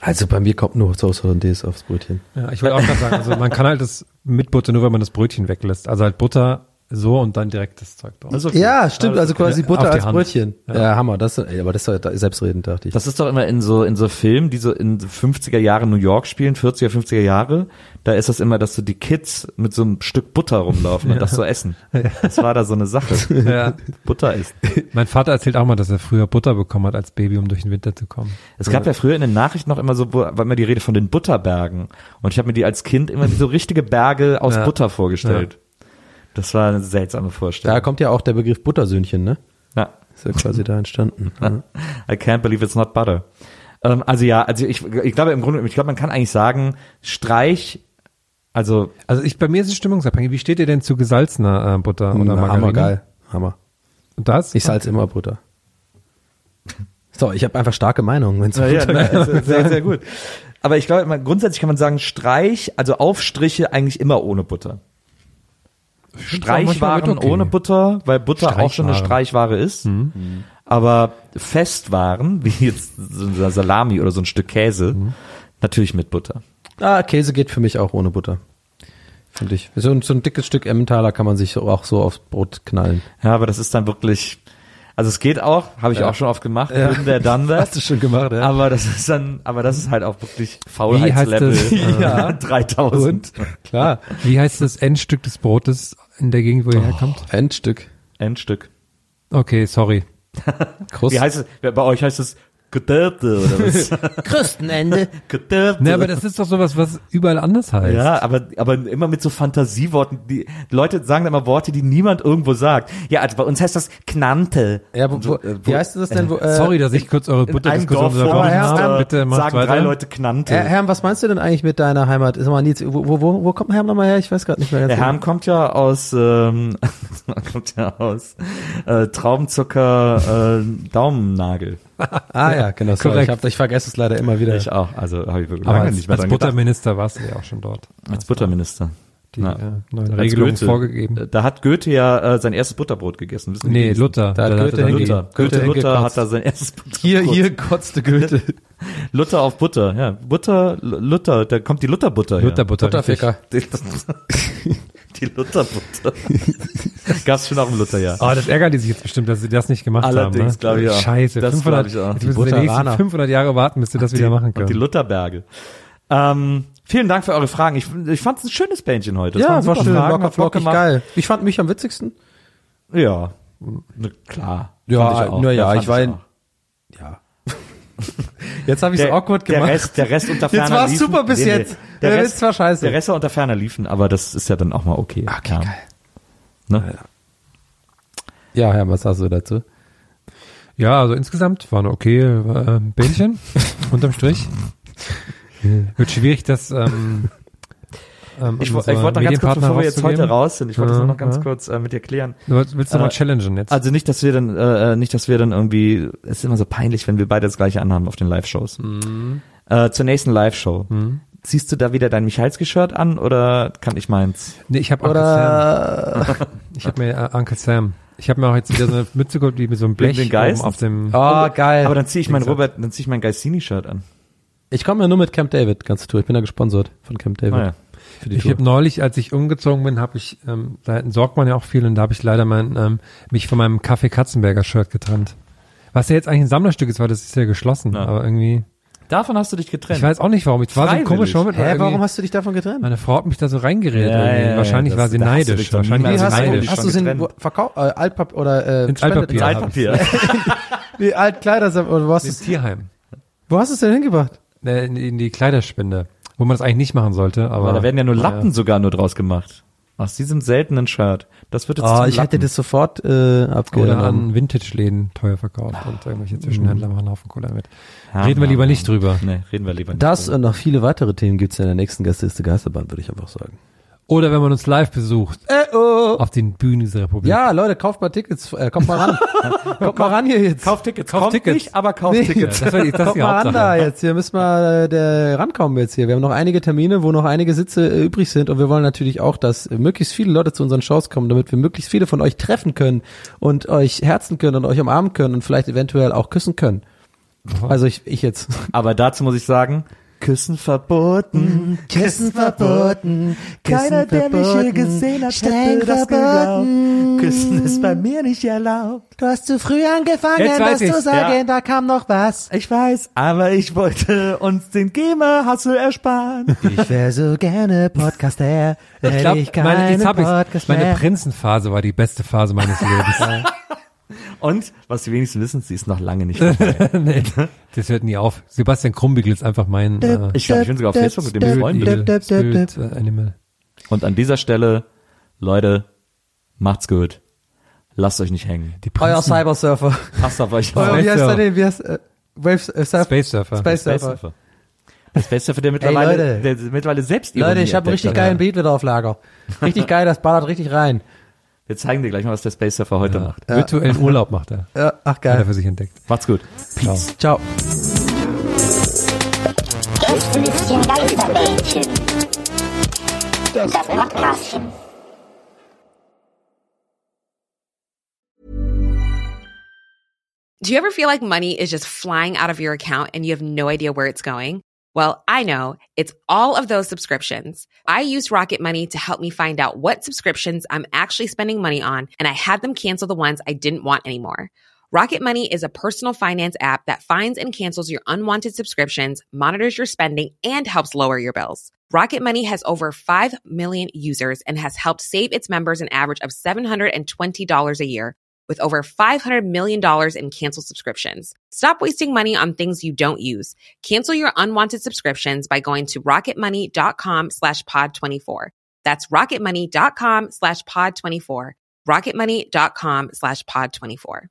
Also bei mir kommt nur Sauce Hollandaise aufs Brötchen. Ja, ich wollte auch gerade sagen, also man kann halt das mit Butter nur, wenn man das Brötchen weglässt. Also halt Butter so und dann direkt das Zeug drauf. Also, Ja, stimmt, also quasi Auf Butter die als Hand. Brötchen. Ja. Hammer, das, ey, aber das war da- selbstredend, dachte ich. Das ist doch immer in so, in so Filmen, die so in 50er Jahre New York spielen, 40er, 50er Jahre. Da ist das immer, dass so die Kids mit so einem Stück Butter rumlaufen und das so essen. Das war da so eine Sache. Ja. Butter ist. Mein Vater erzählt auch mal, dass er früher Butter bekommen hat als Baby, um durch den Winter zu kommen. Es gab ja früher in den Nachrichten noch immer so, wo- war immer die Rede von den Butterbergen. Und ich habe mir die als Kind immer wie so richtige Berge aus Ja. Butter vorgestellt. Das war eine seltsame Vorstellung. da kommt ja auch der Begriff Buttersöhnchen, ne? Ja. Ist ja quasi da entstanden. I can't believe it's not butter. Ähm, also ja, also ich, ich glaube im Grunde, ich glaube, man kann eigentlich sagen, Streich, also Also ich, bei mir ist es stimmungsabhängig. Wie steht ihr denn zu gesalzener äh, Butter oder Na, Margarine? Hammer, geil. Hammer. Das? Ich salz immer Butter. So, ich habe einfach starke Meinungen, wenn's Ja, um ja, Butter ne, ist sehr, sehr gut. Aber ich glaube, man, grundsätzlich kann man sagen, Streich, also Aufstriche eigentlich immer ohne Butter. Streichwaren ohne Butter, weil Butter auch schon eine Streichware ist. Mhm. Aber Festwaren, wie jetzt so eine Salami oder so ein Stück Käse, Mhm. natürlich mit Butter. Ah, Käse geht für mich auch ohne Butter. Finde ich. So ein, so ein dickes Stück Emmentaler kann man sich so- auch so aufs Brot knallen. Ja, aber das ist dann wirklich, also es geht auch, habe ich auch schon oft gemacht, bin der dann das. schon gemacht, ja? Aber das ist dann, aber das ist halt auch wirklich Wie heißt Faulheitslevel das? ja. 3000 Klar. Wie heißt das Endstück des Brotes in der Gegend, wo Oh. ihr herkommt? Endstück. Endstück. Okay, sorry. Krust. Wie heißt es? Bei euch heißt es Gedörte oder was? Krustenende. Gedörte. Ne, aber das ist doch sowas, was überall anders heißt. ja, aber, aber immer mit so Fantasieworten. Die Leute sagen da immer Worte, die niemand irgendwo sagt. Ja, also bei uns heißt das Knante. ja, wo, wo, wie heißt das denn? Wo, äh, sorry, dass ich kurz eure In einem Butterdiskussion Dorf vor unterbrochen ja, Herrn, habe. da Bitte macht sagen weiter. Äh, drei Leute Knante. Herr, Herm, was meinst du denn eigentlich mit deiner Heimat? Ist mal Nils, wo, wo, wo, wo kommt Herm nochmal her? Ich weiß gerade nicht mehr ganz Der genau. Herm kommt ja aus, ähm, kommt ja aus äh, Traubenzucker äh, Daumennagel. Ah ja, genau. Sorry, ich, Korrekt. hab, ich vergesse es leider immer wieder. Ich auch. Also habe ich wirklich Aber lange als, nicht mehr als dran gedacht. Butterminister warst du ja auch schon dort. Als Butterminister. Die Ja. äh, neuen Als Regelungen Goethe. vorgegeben. Da hat Goethe ja äh, sein erstes Butterbrot gegessen. Wissen Nee, die- Luther. Da hat der Goethe dann- hingegen- Luther. Goethe Goethe, Luther hingekotzt. hat da sein erstes Butterbrot. hier, hier kotzte Goethe. Luther auf Butter, ja. Butter, L- Luther, da kommt die Lutherbutter her. Lutherbutter. Butterficker. Die Lutherbutter. Gab's schon auch im Lutherjahr. Oh, das ärgert die sich jetzt bestimmt, dass sie das nicht gemacht haben. Allerdings, ne? glaub ich auch. Scheiße, Das glaub 500, ich auch. jetzt Die müssen wir die nächsten Butteraner. 500 Jahre warten, bis sie das wieder machen Und die können. Lutherberge. Ähm, vielen Dank für eure Fragen. Ich, ich fand's ein schönes Bändchen heute. Das waren ja, war super schön. Fragen, Locker, hat Bock flockig, gemacht. geil. Ich fand mich am witzigsten. Ja, na, klar. Ja, Fand ich auch. na ja, fand ich war in- auch. Jetzt habe ich es Der, awkward der gemacht. Rest, der Rest unter Jetzt ferner war's liefen. super bis jetzt. Der, Der Rest, Witz war scheiße. Der Rest war unter ferner liefen, aber das ist ja dann auch mal okay. Okay, ja. geil. Ne? Ja, Herm, was hast du dazu? Ja, also insgesamt war eine okay äh, Bähnchen, unterm Strich. Wird schwierig, das ähm, ähm, Ich, wo- ich wollte unsere noch ganz kurz, Medienpartner bevor wir jetzt heute rauszugeben. raus sind, ich wollte Ja, das noch ganz ja. kurz äh, mit dir klären. Du willst- willst du Äh, mal challengen jetzt? Also nicht, dass wir dann, äh, nicht, dass wir dann irgendwie, es ist immer so peinlich, wenn wir beide das gleiche anhaben auf den Live-Shows. Äh, zur nächsten Live-Show. Ziehst du da wieder dein Michalski-Shirt an oder kann ich meins? nee, ich habe Uncle Sam. Oder Ich habe mir äh, Uncle Sam. Ich habe mir auch jetzt wieder so eine Mütze geholt, die mit so einem Blech den Geist? oben auf dem. Oh, geil. Aber dann ziehe ich mein Exakt. Robert, dann ziehe ich mein Gaisini-Shirt an. ich komme ja nur mit Camp David ganz Tour. Ich bin da gesponsert von Camp David. Naja. Für die Ich habe neulich, als ich umgezogen bin, habe ich, ähm, da sorgt man ja auch viel und da habe ich leider mein, ähm, mich von meinem Kaffee Katzenberger Shirt getrennt. Was ja jetzt eigentlich ein Sammlerstück ist, weil das ist ja geschlossen, Ja. aber irgendwie. Davon hast du dich getrennt. Ich weiß auch nicht warum. Ich war so ein Freiwillig. komischer Moment. weil Hä, warum irgendwie- hast du dich davon getrennt? meine Frau hat mich da so reingeredet. Ja, irgendwie. ja, ja, Wahrscheinlich das- war sie da hast du neidisch. dich doch Wahrscheinlich war niemals sie hast du- neidisch. hast du sie in getrennt. Verkauf, äh, Altpap oder äh, Ins gespendet? Altpapier. Altpapier. Nee, Altkleidersammlung. Oder wo hast du Ins es- Tierheim. wo hast du es denn hingebracht? Äh, In, in die Kleiderspende. Wo man das eigentlich nicht machen sollte, aber. Weil da werden Ah, ja nur Lappen sogar nur draus gemacht. Aus diesem seltenen Shirt. Das wird jetzt Oh, zum ich hätte Lappen. das sofort äh, Oder abgenommen. um. an Vintage-Läden teuer verkauft und irgendwelche Zwischenhändler machen einen Haufen Kohle damit. Hm. Ja, Reden wir Mann, lieber Mann. nicht drüber. Nee, reden wir lieber nicht. Das und noch viele weitere Themen gibt's in der nächsten Gastliste Geisterbahn, würde ich einfach sagen. Oder wenn man uns live besucht. Äh, oh. Auf den Bühnen dieser Republik. Ja, Leute, kauft mal Tickets. Äh, kommt mal ran. kommt mal ran hier jetzt. Kauf Tickets. Kauf Kommt Tickets. nicht, aber kauf Nee. Tickets. Das war die, das ist Kommt die mal ran da Hauptsache. jetzt. Hier müssen wir äh, der, rankommen jetzt hier. Wir haben noch einige Termine, wo noch einige Sitze äh, übrig sind und wir wollen natürlich auch, dass äh, möglichst viele Leute zu unseren Shows kommen, damit wir möglichst viele von euch treffen können und euch herzen können und euch umarmen können und vielleicht eventuell auch küssen können. Also ich, ich jetzt. Aber dazu muss ich sagen, Küssen verboten. Küssen verboten. Keiner, der mich hier gesehen hat, Streng hätte das verboten. geglaubt. Küssen ist bei mir nicht erlaubt. Du hast zu früh angefangen, Jetzt weiß das zu ich's, sagen. ja. Da kam noch was. Ich weiß, aber ich wollte uns den GEMA-Hassel ersparen. Ich wäre so gerne Podcaster. Ich wenn glaube, ich meine, keinen jetzt hab ich's. Podcast meine mehr. Prinzenphase war die beste Phase meines Lebens. Und, was die wenigsten wissen, sie ist noch lange nicht vorbei. nee, das hört nie auf. Sebastian Krumbigel ist einfach mein äh, Ich glaube, ich bin sogar auf Facebook mit dem Freund. Spirit, Spirit, äh, Animal. Und an dieser Stelle, Leute, macht's gut. Lasst euch nicht hängen. Die Euer Prinzen- Cybersurfer. Passt auf euch Euer, auf. wie heißt Surfer. er denn? Wie heißt, äh, Waves, äh, Surf, Space Surfer. Space Space Surfer. Surfer. Das Beste für der mittlerweile, Leute. der mittlerweile selbst Leute, Ironie ich habe entdeckt einen richtig hat. geilen Beat wieder auf Lager. Richtig geil, das ballert richtig rein. Wir zeigen dir gleich mal, was der Space Surfer heute macht. Virtuellen Urlaub macht er. Äh, ach Hat er geil. für sich entdeckt. Macht's gut. Ciao. Ciao. Gästelütchen Geisterbällchen. Das Podcastchen. Do you ever feel like money is just flying out of your account and you have no idea where it's going? Well, I know it's all of those subscriptions. I used Rocket Money to help me find out what subscriptions I'm actually spending money on, and I had them cancel the ones I didn't want anymore. Rocket Money is a personal finance app that finds and cancels your unwanted subscriptions, monitors your spending, and helps lower your bills. Rocket Money has over 5 million users and has helped save its members an average of $720 a year with over $500 million in canceled subscriptions. Stop wasting money on things you don't use. Cancel your unwanted subscriptions by going to rocketmoney.com slash pod 24. That's rocketmoney.com slash pod 24. rocketmoney.com slash pod 24.